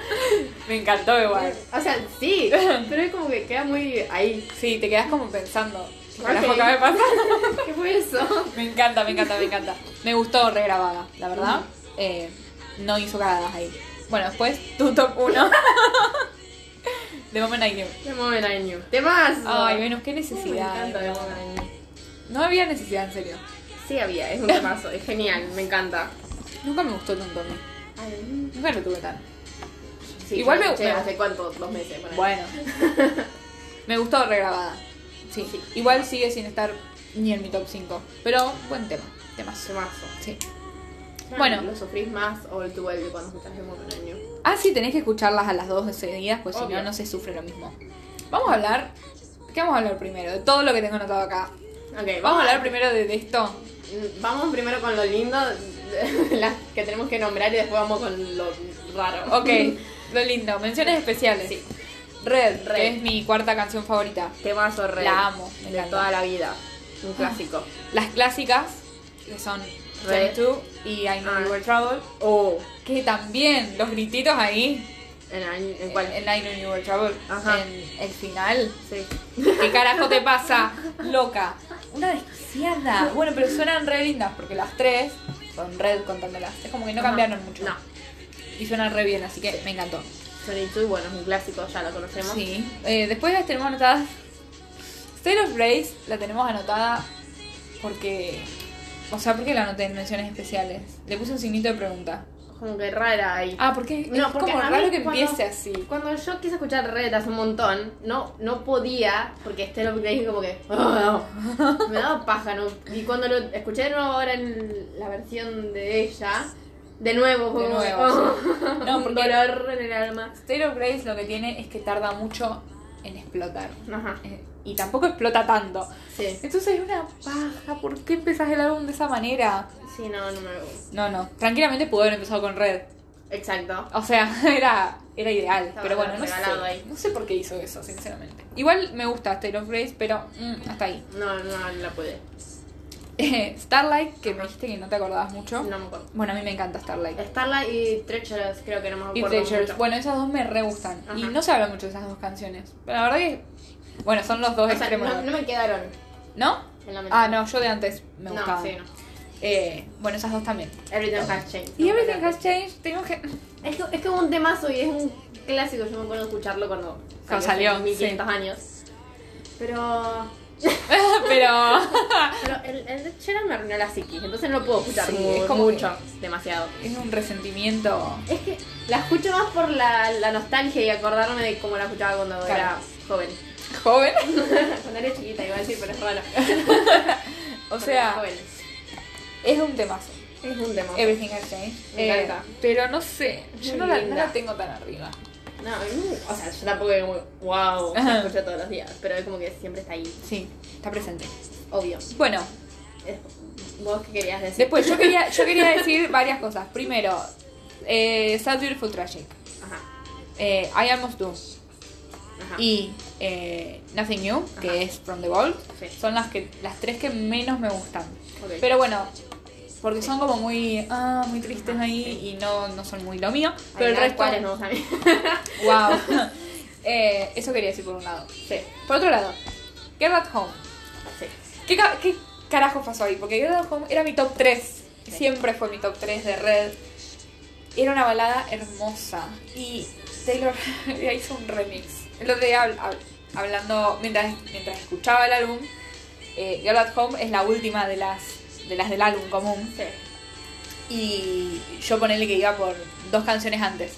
[SPEAKER 1] Me encantó igual.
[SPEAKER 2] O sea, sí, pero es como que queda muy ahí.
[SPEAKER 1] Sí, te quedas como pensando. ¿Qué
[SPEAKER 2] Ok.
[SPEAKER 1] carajo acaba de pasar?
[SPEAKER 2] ¿Qué fue eso?
[SPEAKER 1] Me encanta, me encanta, me encanta. Me gustó regrabada, la verdad. Eh, no hizo cagadas ahí. Bueno, después tu top 1. De Moment I Knew.
[SPEAKER 2] The Moment I Knew. ¡Temazo!
[SPEAKER 1] Ay, Venus, qué
[SPEAKER 2] Sí,
[SPEAKER 1] necesidad.
[SPEAKER 2] Me encanta The
[SPEAKER 1] ¿no?
[SPEAKER 2] Moment I Knew.
[SPEAKER 1] No había necesidad, en serio.
[SPEAKER 2] Sí había, es un temazo, es genial, me encanta.
[SPEAKER 1] Nunca me gustó tanto a mí. Nunca lo tuve tan.
[SPEAKER 2] Sí,
[SPEAKER 1] Igual me-
[SPEAKER 2] escuché
[SPEAKER 1] me-
[SPEAKER 2] ¿Hace cuánto? Dos meses. por ahí.
[SPEAKER 1] Bueno. Me gustó regrabada. Sí.
[SPEAKER 2] Sí.
[SPEAKER 1] Igual sigue sin estar ni en mi top 5. Pero buen tema. Temazo.
[SPEAKER 2] Temazo.
[SPEAKER 1] Sí. Bueno.
[SPEAKER 2] Lo sufrís más o el tubo el de cuando escuchás de Moment I Knew.
[SPEAKER 1] Ah, sí, tenés que escucharlas a las dos seguidas, pues si
[SPEAKER 2] Obvio.
[SPEAKER 1] no, no se sufre lo mismo. Vamos a hablar. ¿Qué vamos a hablar primero? De todo lo que tengo anotado acá.
[SPEAKER 2] Ok,
[SPEAKER 1] Vamos a hablar primero de, de esto.
[SPEAKER 2] Vamos primero con lo lindo, las que tenemos que nombrar y después vamos con lo raro.
[SPEAKER 1] Ok, lo lindo. Menciones especiales.
[SPEAKER 2] Sí.
[SPEAKER 1] Red,
[SPEAKER 2] Red.
[SPEAKER 1] que es mi cuarta canción favorita.
[SPEAKER 2] Temazo re.
[SPEAKER 1] La amo, me
[SPEAKER 2] de
[SPEAKER 1] encanta.
[SPEAKER 2] toda la vida. Un clásico.
[SPEAKER 1] Las clásicas, que son
[SPEAKER 2] Red.
[SPEAKER 1] Red 2 y I Know
[SPEAKER 2] Ah.
[SPEAKER 1] You Were Trouble.
[SPEAKER 2] Oh.
[SPEAKER 1] Que también los grititos ahí.
[SPEAKER 2] ¿En, año- en cuál?
[SPEAKER 1] En I Know You Were Trouble.
[SPEAKER 2] Ajá.
[SPEAKER 1] En el final.
[SPEAKER 2] Sí.
[SPEAKER 1] ¿Qué carajo te pasa? Loca. Una desquiciada. Bueno, pero suenan re lindas porque las tres son red contándolas. Es como que no
[SPEAKER 2] Ajá.
[SPEAKER 1] cambiaron mucho.
[SPEAKER 2] No.
[SPEAKER 1] Y suenan re bien, así que me encantó.
[SPEAKER 2] Sonic Two, bueno, es un clásico, ya lo conocemos.
[SPEAKER 1] Sí. Eh, después las tenemos anotadas. State of Grace la tenemos anotada porque. O sea, porque la anoté en menciones especiales. Le puse un signito de pregunta.
[SPEAKER 2] Como que rara ahí.
[SPEAKER 1] Ah, porque
[SPEAKER 2] No,
[SPEAKER 1] es
[SPEAKER 2] porque
[SPEAKER 1] como
[SPEAKER 2] a mí
[SPEAKER 1] raro que
[SPEAKER 2] cuando-
[SPEAKER 1] empiece así.
[SPEAKER 2] Cuando yo quise escuchar Red hace un montón, no, no podía, porque este lo dije como que. "Ah, no". Me daba paja, ¿no? Y cuando lo escuché de nuevo ahora en la versión de ella, de nuevo fue
[SPEAKER 1] De
[SPEAKER 2] como. que,
[SPEAKER 1] nuevo,
[SPEAKER 2] "Ah".
[SPEAKER 1] No,
[SPEAKER 2] un
[SPEAKER 1] porque-
[SPEAKER 2] dolor en el alma.
[SPEAKER 1] State of Grace lo que tiene es que tarda mucho en explotar.
[SPEAKER 2] Ajá.
[SPEAKER 1] Eh, Y tampoco explota tanto.
[SPEAKER 2] Sí.
[SPEAKER 1] Entonces es una paja, ¿por qué empezás el álbum de esa manera?
[SPEAKER 2] Sí, no, no me gusta.
[SPEAKER 1] No, no, tranquilamente pudo haber empezado con Red.
[SPEAKER 2] Exacto.
[SPEAKER 1] O sea, era, era ideal,
[SPEAKER 2] Estaba
[SPEAKER 1] pero bueno, no sé.
[SPEAKER 2] regalado ahí.
[SPEAKER 1] No sé por qué hizo eso, sinceramente. Igual me gusta State of Grace, pero mm, hasta ahí.
[SPEAKER 2] No, no la pude.
[SPEAKER 1] Eh, Starlight, que me dijiste que no te acordabas mucho.
[SPEAKER 2] No me acuerdo.
[SPEAKER 1] Bueno, a mí me encanta Starlight.
[SPEAKER 2] Starlight y Treacherous, creo que no me acuerdo.
[SPEAKER 1] Y Treasures.
[SPEAKER 2] mucho.
[SPEAKER 1] Bueno, esas dos me re gustan. Y
[SPEAKER 2] Ajá.
[SPEAKER 1] no se habla mucho de esas dos canciones. Pero la verdad que. Bueno, son los dos
[SPEAKER 2] O sea,
[SPEAKER 1] extremos.
[SPEAKER 2] no, no me quedaron
[SPEAKER 1] ¿no?
[SPEAKER 2] en la mente.
[SPEAKER 1] Ah, no, yo de antes me
[SPEAKER 2] No,
[SPEAKER 1] gustaba. Eh,
[SPEAKER 2] sí, no.
[SPEAKER 1] bueno, esas dos también.
[SPEAKER 2] Everything has changed.
[SPEAKER 1] Y
[SPEAKER 2] No me
[SPEAKER 1] Everything
[SPEAKER 2] acuerdo.
[SPEAKER 1] Has Changed, tengo que...
[SPEAKER 2] Es que, es como un temazo y es un clásico. Yo me acuerdo de escucharlo cuando
[SPEAKER 1] Cuando salió,
[SPEAKER 2] hace 1500 años. Pero.
[SPEAKER 1] Pero...
[SPEAKER 2] pero el, el de Cheryl me arruinó la psiquis, entonces no lo puedo escuchar
[SPEAKER 1] Sí,
[SPEAKER 2] mu-
[SPEAKER 1] es como
[SPEAKER 2] mucho, demasiado.
[SPEAKER 1] Es un resentimiento...
[SPEAKER 2] Es que la escucho más por la, la nostalgia y acordarme de cómo la escuchaba cuando era
[SPEAKER 1] Claro.
[SPEAKER 2] joven.
[SPEAKER 1] ¿Joven?
[SPEAKER 2] cuando era chiquita, iba a decir, pero es raro.
[SPEAKER 1] O sea,
[SPEAKER 2] joven. Eh,
[SPEAKER 1] es un temazo.
[SPEAKER 2] Es un tema.
[SPEAKER 1] Everything Has Changed.
[SPEAKER 2] Me encanta.
[SPEAKER 1] Pero no sé, yo
[SPEAKER 2] Muy
[SPEAKER 1] no la, no
[SPEAKER 2] linda.
[SPEAKER 1] la tengo tan arriba.
[SPEAKER 2] No, a mí me- o sea, yo tampoco es como, wow, la
[SPEAKER 1] Ajá.
[SPEAKER 2] escucho todos los días, pero es como que siempre está ahí,
[SPEAKER 1] Sí, está presente.
[SPEAKER 2] obvio.
[SPEAKER 1] Bueno,
[SPEAKER 2] ¿Vos qué querías decir?
[SPEAKER 1] Después, yo quería, yo quería decir varias cosas. Primero, eh, Sad Beautiful Tragic,
[SPEAKER 2] Ajá,
[SPEAKER 1] eh, I Almost Do
[SPEAKER 2] ajá.
[SPEAKER 1] y eh, Nothing New, que
[SPEAKER 2] Ah. Ajá.
[SPEAKER 1] es From the Vault,
[SPEAKER 2] Sí.
[SPEAKER 1] son las, que, las tres que menos me gustan.
[SPEAKER 2] Ok.
[SPEAKER 1] Pero bueno, porque son como muy, ah, muy tristes
[SPEAKER 2] Ajá,
[SPEAKER 1] ahí
[SPEAKER 2] sí.
[SPEAKER 1] y no, no son muy lo mío.
[SPEAKER 2] Ay,
[SPEAKER 1] Pero el
[SPEAKER 2] nada,
[SPEAKER 1] resto.
[SPEAKER 2] ¿Cuáles no saben?
[SPEAKER 1] Wow. Eh, eso quería decir por un lado.
[SPEAKER 2] sí,
[SPEAKER 1] Por otro lado, Get At Home.
[SPEAKER 2] sí.
[SPEAKER 1] ¿Qué, ca- qué carajo pasó ahí? Porque Get Out Home era mi top 3. Siempre fue mi top 3 de Red. Era una balada hermosa. Y Taylor le hizo un remix. El otro día habl- hab- hablando, mientras, mientras escuchaba el álbum, eh, Girl at Home es la última de las, de las del álbum común.
[SPEAKER 2] sí.
[SPEAKER 1] Y yo ponele que iba por dos canciones antes.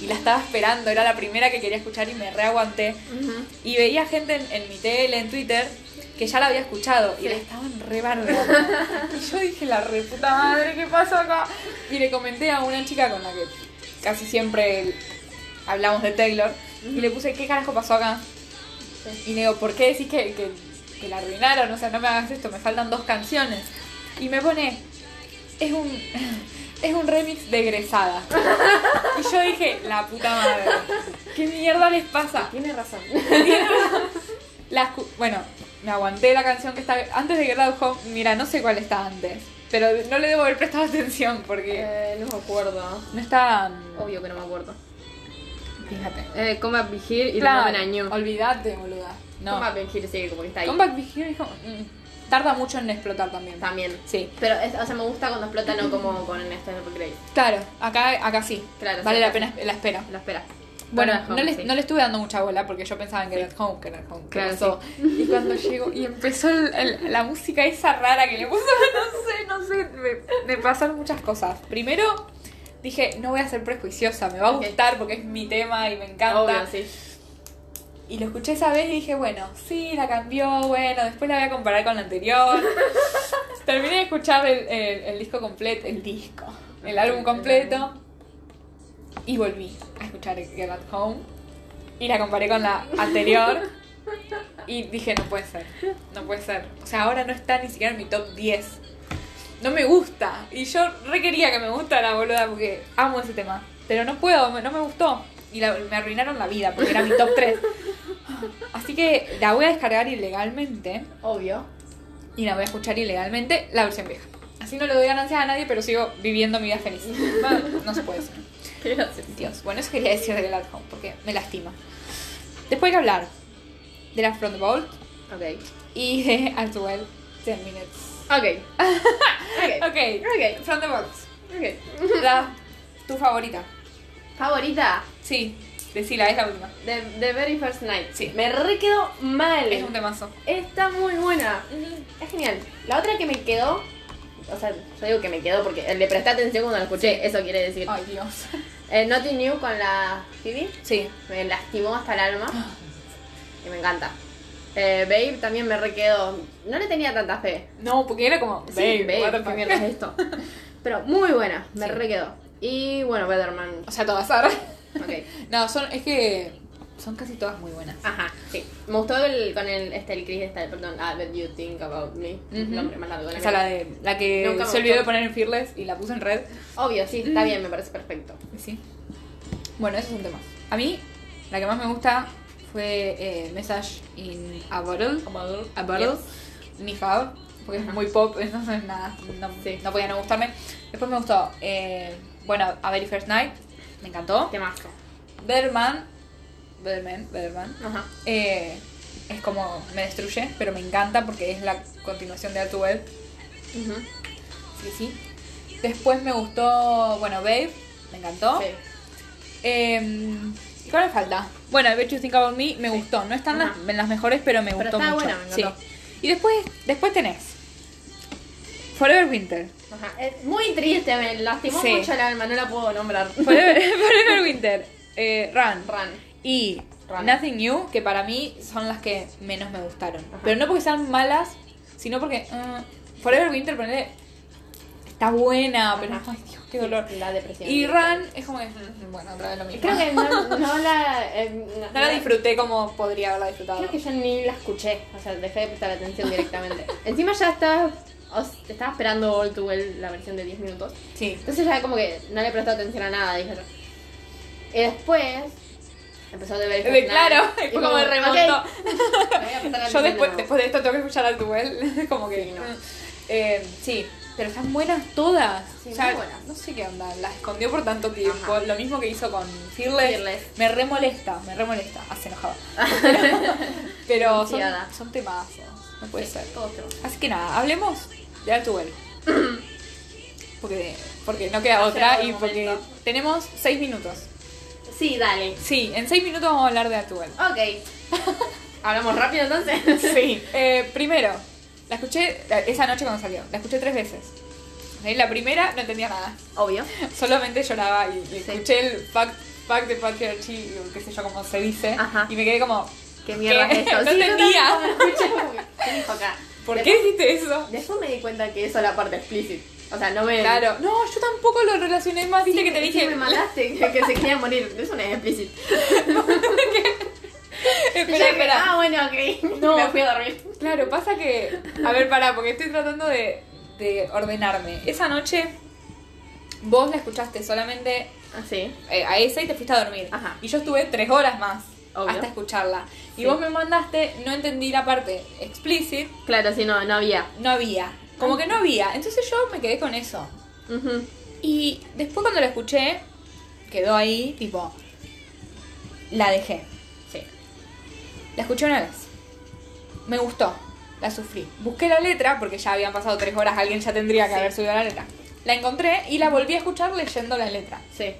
[SPEAKER 1] Y la estaba esperando, era la primera que quería escuchar y me reaguanté.
[SPEAKER 2] Ujú.
[SPEAKER 1] Y veía gente en, en mi tele, en Twitter, que ya la había escuchado y
[SPEAKER 2] Sí.
[SPEAKER 1] la estaban re bardeando. y yo dije, la re puta madre, ¿qué pasó acá? Y le comenté a una chica con la que casi siempre hablamos de Taylor. Y le puse, ¿qué carajo pasó acá? Y le digo, ¿por qué decís que, que, que la arruinaron? O sea, no me hagas esto, me faltan dos canciones. Y me pone, es un, es un remix de egresada. y yo dije, la puta madre, ¿qué mierda les pasa?
[SPEAKER 2] Tiene razón.
[SPEAKER 1] La escu- bueno, me aguanté la canción que está antes de Get Out Home. Mira, no sé cuál está antes, pero no le debo haber prestado atención porque
[SPEAKER 2] Eh, no me acuerdo.
[SPEAKER 1] no está. mm,
[SPEAKER 2] Obvio que no me acuerdo.
[SPEAKER 1] Fíjate.
[SPEAKER 2] Eh, come up here y
[SPEAKER 1] Claro,
[SPEAKER 2] toma un año.
[SPEAKER 1] Olvídate, boluda. No.
[SPEAKER 2] Come up here, sí, como que está ahí.
[SPEAKER 1] Comeback Big Hero es como- mm, tarda mucho en explotar también.
[SPEAKER 2] También.
[SPEAKER 1] Sí.
[SPEAKER 2] Pero, es- o sea, me gusta cuando explota, no como con este Grace.
[SPEAKER 1] Claro, acá, acá sí.
[SPEAKER 2] Claro,
[SPEAKER 1] vale
[SPEAKER 2] sí,
[SPEAKER 1] la
[SPEAKER 2] acá
[SPEAKER 1] pena la espera.
[SPEAKER 2] La espera.
[SPEAKER 1] Bueno,
[SPEAKER 2] Come
[SPEAKER 1] no,
[SPEAKER 2] up
[SPEAKER 1] le,
[SPEAKER 2] home, sí.
[SPEAKER 1] no le estuve dando mucha bola porque yo pensaba en Get Out Home, Get Out Home. ¿qué
[SPEAKER 2] Claro,
[SPEAKER 1] pasó? Y cuando llegó y empezó el- el- la música esa rara que le puso, no sé, no sé, me, me pasaron muchas cosas. Primero dije, no voy a ser prejuiciosa, me va a
[SPEAKER 2] Ok.
[SPEAKER 1] gustar porque es mi tema y me encanta.
[SPEAKER 2] Obvio, sí.
[SPEAKER 1] Y lo escuché esa vez y dije, bueno, sí, la cambió, bueno, después la voy a comparar con la anterior. Terminé de escuchar el, el- el disco completo, el disco, el álbum completo. Y volví a escuchar Get At Home. Y la comparé con la anterior. Y dije, no puede ser, no puede ser. O sea, ahora no está ni siquiera en mi top 10. No me gusta. Y yo requería que me gustara, boluda, porque amo ese tema. Pero no puedo, me- no me gustó. Y la- me arruinaron la vida porque era mi top 3. Así que la voy a descargar ilegalmente.
[SPEAKER 2] Obvio.
[SPEAKER 1] Y la voy a escuchar ilegalmente la versión vieja. Así no le doy ganancias a nadie, pero sigo viviendo mi vida feliz. Bueno, no se puede decir.
[SPEAKER 2] Qué gracioso.
[SPEAKER 1] Dios. Bueno, eso quería decir de Glad Home porque me lastima. Después hay que hablar de la Front Vault
[SPEAKER 2] Ok.
[SPEAKER 1] y de As Well 10 Minutes.
[SPEAKER 2] Ok. ok.
[SPEAKER 1] Ok,
[SPEAKER 2] Ok.
[SPEAKER 1] Front the Vault.
[SPEAKER 2] Ok.
[SPEAKER 1] La, tu favorita.
[SPEAKER 2] Favorita.
[SPEAKER 1] Sí, decila, es la última.
[SPEAKER 2] The, the Very First Night.
[SPEAKER 1] Sí.
[SPEAKER 2] Me re quedó mal.
[SPEAKER 1] Es un temazo.
[SPEAKER 2] Está muy buena. Es genial. La otra que me quedó. O sea, yo digo que me quedó porque le presté atención cuando la escuché. Eso quiere decir.
[SPEAKER 1] Ay, Dios.
[SPEAKER 2] Eh, Nothing New con la Phoebe.
[SPEAKER 1] Sí.
[SPEAKER 2] Me lastimó hasta el alma.
[SPEAKER 1] Ah.
[SPEAKER 2] Y me encanta. Eh, Babe también me re quedó. No le tenía tanta fe.
[SPEAKER 1] No, porque era como.
[SPEAKER 2] Sí,
[SPEAKER 1] babe, what the
[SPEAKER 2] ¿qué
[SPEAKER 1] fuck.
[SPEAKER 2] mierda es esto? Pero muy buena, me
[SPEAKER 1] Sí.
[SPEAKER 2] re quedó. Y bueno, Betterman.
[SPEAKER 1] O sea, todas ahora.
[SPEAKER 2] Ok.
[SPEAKER 1] No, son, es que son casi todas muy buenas.
[SPEAKER 2] Ajá, sí. Me gustó el, con el, este, el Chris, este, perdón, ah, That You Think About Me.
[SPEAKER 1] Ujú.
[SPEAKER 2] Nombre más largo. la
[SPEAKER 1] Esa la
[SPEAKER 2] mierda.
[SPEAKER 1] de la que
[SPEAKER 2] Nunca me
[SPEAKER 1] se olvidó
[SPEAKER 2] gustó.
[SPEAKER 1] de poner en Fearless y la puso en red.
[SPEAKER 2] Obvio, sí,
[SPEAKER 1] Mm.
[SPEAKER 2] está bien, me parece perfecto.
[SPEAKER 1] Sí. Bueno, esos son temas. A mí, la que más me gusta fue eh, Message in a Bottle. A Bottle. Mi fav, porque es
[SPEAKER 2] Ajá.
[SPEAKER 1] muy pop, entonces nada, no,
[SPEAKER 2] Sí.
[SPEAKER 1] no podía no gustarme. Después me gustó, eh, bueno, A Very First Night, me encantó.
[SPEAKER 2] Temazo.
[SPEAKER 1] Betterman, Betterman, Betterman.
[SPEAKER 2] Ajá.
[SPEAKER 1] Eh, es como me destruye, pero me encanta porque es la continuación de All Too Well.
[SPEAKER 2] Ujú.
[SPEAKER 1] Sí, sí. Después me gustó, bueno, Babe, me encantó.
[SPEAKER 2] Oh. Sí.
[SPEAKER 1] Em, ¿y ¿Cuál me falta? Bueno, I Bet You Think About Me me gustó. No están las,
[SPEAKER 2] Ajá.
[SPEAKER 1] en las mejores, pero me
[SPEAKER 2] Pero
[SPEAKER 1] gustó
[SPEAKER 2] estaba
[SPEAKER 1] mucho.
[SPEAKER 2] buena, me encantó.
[SPEAKER 1] Sí. Y después, después tenés Forever Winter.
[SPEAKER 2] Ajá. Es muy triste, me lastimó
[SPEAKER 1] Sí.
[SPEAKER 2] mucho el alma, no la puedo nombrar.
[SPEAKER 1] Forever, Forever Winter. eh, Run.
[SPEAKER 2] Ran.
[SPEAKER 1] Y
[SPEAKER 2] Run.
[SPEAKER 1] Nothing New, que para mí son las que menos me gustaron.
[SPEAKER 2] Ajá.
[SPEAKER 1] Pero no porque sean malas, sino porque mm, Forever Winter, ponele, está buena, pero
[SPEAKER 2] Ajá.
[SPEAKER 1] ay Dios, qué dolor.
[SPEAKER 2] La depresión.
[SPEAKER 1] Y Run es como que, mm, bueno, otra vez lo mismo.
[SPEAKER 2] Creo que no, no la. eh,
[SPEAKER 1] no la disfruté como podría haberla disfrutado.
[SPEAKER 2] Creo que yo ni la escuché, o sea, dejé de prestar atención directamente. Encima ya está o sea, te estaba esperando All to Well, la versión de 10 minutos.
[SPEAKER 1] Sí.
[SPEAKER 2] Entonces ya como que no le prestó atención a nada, dije yo. Y después empezó a ver el
[SPEAKER 1] Eh,
[SPEAKER 2] final,
[SPEAKER 1] claro,
[SPEAKER 2] y
[SPEAKER 1] es como, me remontó.
[SPEAKER 2] "Ok, me voy a prestar
[SPEAKER 1] Yo
[SPEAKER 2] atención de
[SPEAKER 1] después,
[SPEAKER 2] nuevo".
[SPEAKER 1] después de esto tengo que escuchar al duel. como que.
[SPEAKER 2] Sí, no.
[SPEAKER 1] mm. Eh, sí, pero están buenas todas.
[SPEAKER 2] Sí,
[SPEAKER 1] O sea,
[SPEAKER 2] muy buenas.
[SPEAKER 1] No sé qué onda. Las escondió por tanto tiempo.
[SPEAKER 2] Ajá.
[SPEAKER 1] Lo mismo que hizo con Fearless.
[SPEAKER 2] Fearless.
[SPEAKER 1] Me remolesta, me remolesta. Ah, se enojaba. Pero, pero son,
[SPEAKER 2] Ansiada.
[SPEAKER 1] son temazos. No puede
[SPEAKER 2] Sí,
[SPEAKER 1] ser.
[SPEAKER 2] todos tenemos.
[SPEAKER 1] Así que nada, hablemos de Al Duel. Porque, porque no queda otra
[SPEAKER 2] llegado el
[SPEAKER 1] y porque
[SPEAKER 2] momento.
[SPEAKER 1] tenemos seis minutos.
[SPEAKER 2] Sí, dale.
[SPEAKER 1] Sí, en seis minutos vamos a hablar de Al Duel.
[SPEAKER 2] Ok. Hablamos rápido entonces.
[SPEAKER 1] Sí. Eh, primero, la escuché la- esa noche cuando salió. La escuché tres veces. ¿Ok? La primera no entendía nada.
[SPEAKER 2] Obvio.
[SPEAKER 1] Solamente lloraba y, y
[SPEAKER 2] Sí.
[SPEAKER 1] escuché el fuck, fuck de patriarchy, o qué sé yo cómo se dice.
[SPEAKER 2] Ajá.
[SPEAKER 1] Y me quedé como,
[SPEAKER 2] ¿Qué mierda
[SPEAKER 1] ¿Qué?
[SPEAKER 2] es esto?
[SPEAKER 1] No
[SPEAKER 2] Sí, yo
[SPEAKER 1] entendía.
[SPEAKER 2] también cuando escuché, como que, ¿Qué dijo acá?
[SPEAKER 1] ¿por
[SPEAKER 2] Después-
[SPEAKER 1] qué dijiste eso?
[SPEAKER 2] Después me di cuenta que eso es la parte explícita. O sea, no me.
[SPEAKER 1] Claro. No, yo tampoco lo relacioné más. Viste
[SPEAKER 2] Sí,
[SPEAKER 1] que te
[SPEAKER 2] sí
[SPEAKER 1] dije,
[SPEAKER 2] me mataste, que, que se quería morir. Eso no es explícito.
[SPEAKER 1] espera,
[SPEAKER 2] Yo dije,
[SPEAKER 1] espera.
[SPEAKER 2] Ah, bueno, ok.
[SPEAKER 1] No.
[SPEAKER 2] Me fui a dormir.
[SPEAKER 1] Claro, pasa que. A ver, pará, porque estoy tratando de, de ordenarme. Esa noche, vos la escuchaste solamente
[SPEAKER 2] Así.
[SPEAKER 1] eh, a esa y te fuiste a dormir.
[SPEAKER 2] Ajá.
[SPEAKER 1] Y yo estuve tres horas más
[SPEAKER 2] Obvio.
[SPEAKER 1] hasta escucharla. Y
[SPEAKER 2] Sí.
[SPEAKER 1] vos me mandaste, no entendí la parte explícit,
[SPEAKER 2] Claro, sí, no, no había.
[SPEAKER 1] no había.
[SPEAKER 2] Ah.
[SPEAKER 1] Como que no había. Entonces yo me quedé con eso.
[SPEAKER 2] Ujú.
[SPEAKER 1] Y después cuando la escuché, quedó ahí, tipo. La dejé.
[SPEAKER 2] Sí.
[SPEAKER 1] La escuché una vez. Me gustó. La sufrí. Busqué la letra, porque ya habían pasado tres horas, alguien ya tendría que
[SPEAKER 2] Sí.
[SPEAKER 1] haber subido la letra. La encontré y la volví a escuchar leyendo la letra.
[SPEAKER 2] Sí.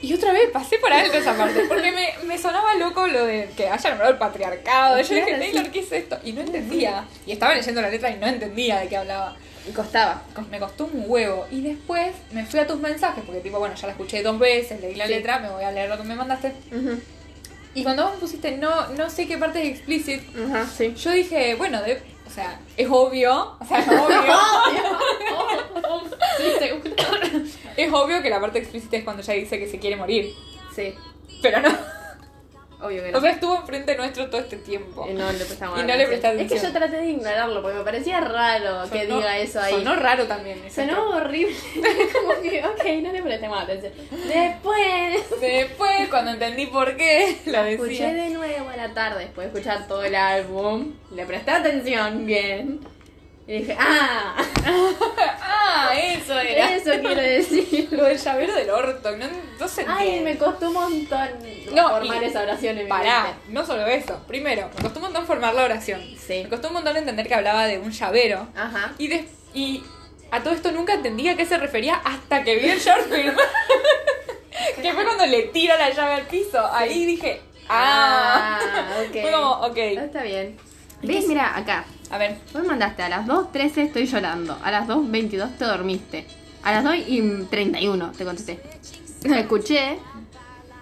[SPEAKER 1] Y otra vez pasé por alto esa parte, porque me, me sonaba loco lo de que haya nombrado el patriarcado. Yo dije,
[SPEAKER 2] Claro, sí.
[SPEAKER 1] Taylor, ¿qué es esto? Y no entendía. Y estaba leyendo la letra y no entendía de qué hablaba.
[SPEAKER 2] Y costaba.
[SPEAKER 1] Cos- Me costó un huevo. Y después me fui a tus mensajes, porque tipo, bueno, ya la escuché dos veces, leí la
[SPEAKER 2] Sí.
[SPEAKER 1] letra, me voy a leer lo que me mandaste.
[SPEAKER 2] Ujú.
[SPEAKER 1] Y cuando vos me pusiste, no, no sé qué parte es explícit,
[SPEAKER 2] Ajá, sí.
[SPEAKER 1] Yo dije, bueno, de- o sea, es obvio, o sea, es obvio,
[SPEAKER 2] Oh, Sí, seguro.
[SPEAKER 1] es obvio que la parte explícita es cuando ella dice que se quiere morir,
[SPEAKER 2] Sí,
[SPEAKER 1] pero no.
[SPEAKER 2] obvio que no.
[SPEAKER 1] O sea, estuvo enfrente nuestro todo este tiempo.
[SPEAKER 2] Y no le prestamos
[SPEAKER 1] Y no le prestamos
[SPEAKER 2] Es que yo
[SPEAKER 1] atención.
[SPEAKER 2] traté de ignorarlo porque me parecía raro que
[SPEAKER 1] Sonó-
[SPEAKER 2] diga eso ahí.
[SPEAKER 1] Sonó raro también. eso.
[SPEAKER 2] Sonó horrible. Como que, ok, no le prestemos atención. Después.
[SPEAKER 1] Después, cuando entendí por qué, la
[SPEAKER 2] Escuché
[SPEAKER 1] decía.
[SPEAKER 2] de nuevo a la tarde después de escuchar todo el álbum. Le presté atención bien. Y dije, ah,
[SPEAKER 1] Ah, eso era.
[SPEAKER 2] eso quiero decir.
[SPEAKER 1] Lo del llavero del orto, no, no se
[SPEAKER 2] Ay,
[SPEAKER 1] entiende.
[SPEAKER 2] me costó un montón
[SPEAKER 1] No,
[SPEAKER 2] formar
[SPEAKER 1] y-
[SPEAKER 2] esa oración en mi
[SPEAKER 1] Pará,
[SPEAKER 2] mente.
[SPEAKER 1] no solo eso. Primero, me costó un montón formar la oración.
[SPEAKER 2] Sí.
[SPEAKER 1] Me costó un montón entender que hablaba de un llavero.
[SPEAKER 2] Ajá.
[SPEAKER 1] Y, des- y a todo esto nunca entendía a qué se refería hasta que vi el short film. que fue cuando le tira la llave al piso. Ahí dije, ah.
[SPEAKER 2] Ah, ok.
[SPEAKER 1] Fue como, ok.
[SPEAKER 2] Ah, Está bien. ¿Ves? Mira, acá.
[SPEAKER 1] A ver,
[SPEAKER 2] Vos me mandaste a las 2.13 estoy llorando. A las 2.22 te dormiste. A las 2 y 31 te contesté. Lo escuché.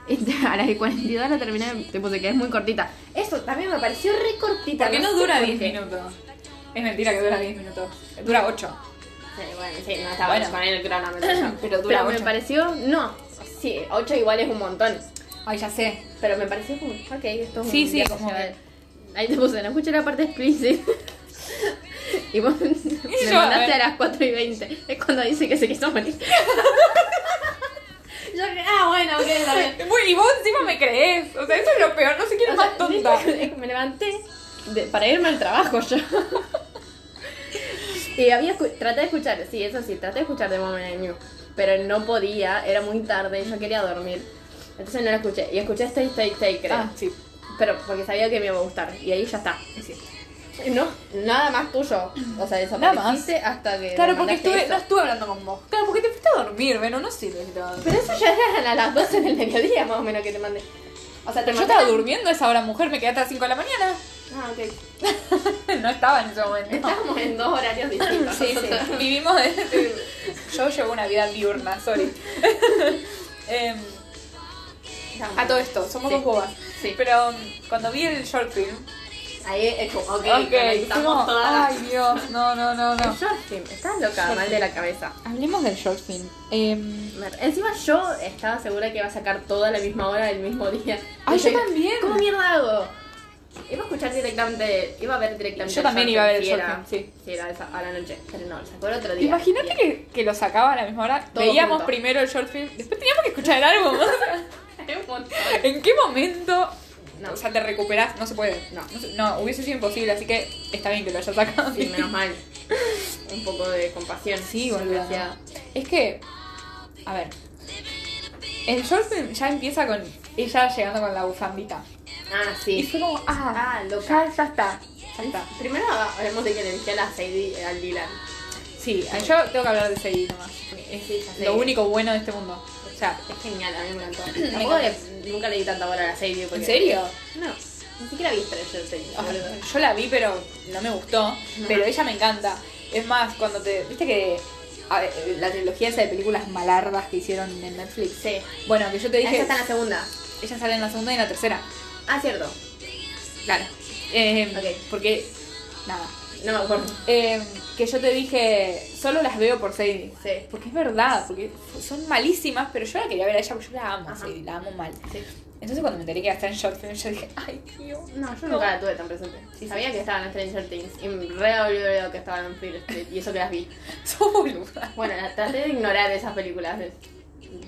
[SPEAKER 2] y te- A las y 42 la terminé. Te puse que es muy cortita. Eso también me pareció re cortita.
[SPEAKER 1] ¿por qué no
[SPEAKER 2] sé
[SPEAKER 1] dura
[SPEAKER 2] por
[SPEAKER 1] 10
[SPEAKER 2] qué.
[SPEAKER 1] minutos? Es mentira que dura 10 minutos. Dura 8.
[SPEAKER 2] Sí, bueno, sí, no estaba
[SPEAKER 1] Bueno.
[SPEAKER 2] bueno. con él, dura una media.
[SPEAKER 1] Pero
[SPEAKER 2] Pero,
[SPEAKER 1] dura
[SPEAKER 2] me
[SPEAKER 1] ocho.
[SPEAKER 2] pareció. No. Sí, 8 igual es un montón.
[SPEAKER 1] Ay, ya sé.
[SPEAKER 2] Pero me pareció como. Ok, esto es
[SPEAKER 1] Sí,
[SPEAKER 2] un
[SPEAKER 1] sí,
[SPEAKER 2] día que
[SPEAKER 1] como
[SPEAKER 2] se va-
[SPEAKER 1] que-
[SPEAKER 2] Ahí te puse, no escuché la parte explícita. Y vos me
[SPEAKER 1] yo, a
[SPEAKER 2] mandaste
[SPEAKER 1] ver.
[SPEAKER 2] a, las 4 y 20. Es cuando dice que se quiso morir. Yo que, ah, bueno, ok, está bien.
[SPEAKER 1] Uy, y vos encima me crees. O sea, eso es lo peor. No sé quién es
[SPEAKER 2] O
[SPEAKER 1] más
[SPEAKER 2] sea,
[SPEAKER 1] tonta.
[SPEAKER 2] listo, Me levanté de- para irme al trabajo yo. Y había escu- traté de escuchar, sí, eso sí, traté de escuchar de Moment in You, pero no podía, era muy tarde, yo quería dormir. Entonces no la escuché. Y escuché Stay, Stay, Stay, creo.
[SPEAKER 1] Ah, sí.
[SPEAKER 2] Pero porque sabía que me iba a gustar. Y ahí ya está.
[SPEAKER 1] sí.
[SPEAKER 2] Eh, No, nada más tuyo. O sea, desapareciste hasta que.
[SPEAKER 1] Claro,
[SPEAKER 2] me
[SPEAKER 1] porque
[SPEAKER 2] mandaste
[SPEAKER 1] estuve,
[SPEAKER 2] eso.
[SPEAKER 1] no estuve hablando con vos. Claro, porque te fuiste a dormir, Bueno, no sirve. que te vas a dormir.
[SPEAKER 2] Pero eso ya era a las 12 del mediodía, más o menos, que te mandé. O sea, te
[SPEAKER 1] Yo
[SPEAKER 2] mandé.
[SPEAKER 1] estaba durmiendo a esa hora, mujer. Me quedé hasta las 5 de la mañana.
[SPEAKER 2] Ah, ok.
[SPEAKER 1] No estaba en ese momento.
[SPEAKER 2] Estábamos en dos horarios distintos.
[SPEAKER 1] Sí, sí. Vivimos de, de- Yo llevo una vida diurna, sorry. Em, a todo esto, somos
[SPEAKER 2] Sí.
[SPEAKER 1] dos bobas.
[SPEAKER 2] Sí.
[SPEAKER 1] Pero um, cuando vi el short film.
[SPEAKER 2] Ahí es como, ok,
[SPEAKER 1] ok,
[SPEAKER 2] conectamos
[SPEAKER 1] fuimos-
[SPEAKER 2] todas las-
[SPEAKER 1] Ay, Dios, no, no, no, no.
[SPEAKER 2] Justin, estás loca, mal de la cabeza.
[SPEAKER 1] Hablemos del short film. Em,
[SPEAKER 2] Mer- Encima yo estaba segura que iba a sacar toda a la misma hora del mismo día.
[SPEAKER 1] Ay,
[SPEAKER 2] Dije,
[SPEAKER 1] yo Ah, también.
[SPEAKER 2] ¿Cómo mierda hago? Iba a escuchar directamente, iba a ver directamente.
[SPEAKER 1] Yo
[SPEAKER 2] el
[SPEAKER 1] también iba a ver el
[SPEAKER 2] si era-
[SPEAKER 1] Joker, sí.
[SPEAKER 2] si era esa- a la noche, pero no, lo sacó el otro día.
[SPEAKER 1] Imagínate que, que lo sacaba a la misma hora.
[SPEAKER 2] Todo
[SPEAKER 1] Veíamos
[SPEAKER 2] junto.
[SPEAKER 1] primero el short film, después teníamos que escuchar el álbum. o sea,
[SPEAKER 2] que. un montón.
[SPEAKER 1] ¿En qué momento?
[SPEAKER 2] No.
[SPEAKER 1] O sea, te recuperás, no se puede. No, no, se- no, hubiese sido imposible, así que está bien que lo haya sacado.
[SPEAKER 2] Sí, menos mal. Un poco de compasión.
[SPEAKER 1] Sí, boludo.
[SPEAKER 2] Demasiado.
[SPEAKER 1] Es que, a ver, el short film ya empieza con ella llegando con la bufandita.
[SPEAKER 2] Ah,
[SPEAKER 1] Y
[SPEAKER 2] sí.
[SPEAKER 1] fue como, ah,
[SPEAKER 2] Ah, loca.
[SPEAKER 1] ya, ya está, ya está.
[SPEAKER 2] Primero hablemos de que le dije a la Sadie al Dylan.
[SPEAKER 1] Sí, yo tengo que hablar de ese nomás. Es
[SPEAKER 2] Sí, ya sé.
[SPEAKER 1] lo único bueno de este mundo. O sea,
[SPEAKER 2] Es genial, a mí me encantó.
[SPEAKER 1] Me
[SPEAKER 2] Tampoco
[SPEAKER 1] encanta.
[SPEAKER 2] le- nunca le di tanta bola a la Sadie. porque-
[SPEAKER 1] ¿en serio?
[SPEAKER 2] No, ni siquiera vi Stranger Things,
[SPEAKER 1] Ah,
[SPEAKER 2] boludo.
[SPEAKER 1] Yo la vi, pero no me gustó. Pero ella me encanta. Es más, cuando te. ¿Viste que a ver, la trilogía esa de películas malardas que hicieron en Netflix?
[SPEAKER 2] Sí.
[SPEAKER 1] Bueno, que yo te
[SPEAKER 2] Ella
[SPEAKER 1] dije.
[SPEAKER 2] Ah, está en la segunda.
[SPEAKER 1] Ella sale en la segunda y en la tercera.
[SPEAKER 2] Ah, cierto.
[SPEAKER 1] Claro. Eh,
[SPEAKER 2] Ok.
[SPEAKER 1] Porque. Nada.
[SPEAKER 2] No me acuerdo.
[SPEAKER 1] Eh, que yo te dije, solo las veo por Sadie.
[SPEAKER 2] Sí.
[SPEAKER 1] Porque es verdad, porque son malísimas, pero yo la quería ver a ella porque yo la amo, a
[SPEAKER 2] Ajá.
[SPEAKER 1] Sadie, la amo mal.
[SPEAKER 2] Sí.
[SPEAKER 1] Entonces cuando me enteré que iba a estar en short film, yo dije, ay, tío.
[SPEAKER 2] No, yo
[SPEAKER 1] No.
[SPEAKER 2] nunca la tuve tan presente.
[SPEAKER 1] Sí,
[SPEAKER 2] Sabía
[SPEAKER 1] sí.
[SPEAKER 2] que estaban en Stranger Things y me re olvidé que estaban en Fear Street y eso que las vi.
[SPEAKER 1] Sos boluda.
[SPEAKER 2] Bueno, la- traté de ignorar esas películas, de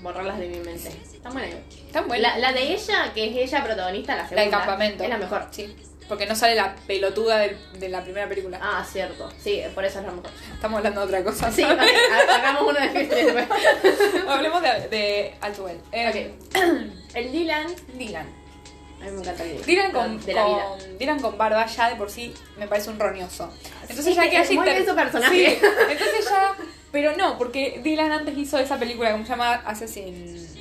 [SPEAKER 2] borrarlas de mi mente. Está buena.
[SPEAKER 1] Tan buena.
[SPEAKER 2] La, la de ella, que es ella protagonista, la
[SPEAKER 1] La
[SPEAKER 2] segunda.
[SPEAKER 1] del campamento.
[SPEAKER 2] Es la mejor.
[SPEAKER 1] Sí. Porque no sale la pelotuda del- de la primera película.
[SPEAKER 2] Ah, cierto. Sí, por eso es la mejor.
[SPEAKER 1] Estamos hablando de otra cosa.
[SPEAKER 2] Sí, ok, hagamos uno de Fear Street después.
[SPEAKER 1] Hablemos de, de Altuel. Eh,
[SPEAKER 2] El Dylan.
[SPEAKER 1] Dylan.
[SPEAKER 2] A mí me encanta el Dylan.
[SPEAKER 1] Dylan con,
[SPEAKER 2] De la vida.
[SPEAKER 1] con- Dylan con barba ya de por sí me parece un roñoso. Entonces
[SPEAKER 2] Sí,
[SPEAKER 1] ya que haya
[SPEAKER 2] muy
[SPEAKER 1] inter-
[SPEAKER 2] bien su personaje.
[SPEAKER 1] Sí, entonces ya. Pero no, porque Dylan antes hizo esa película, ¿cómo se llama? Assassin.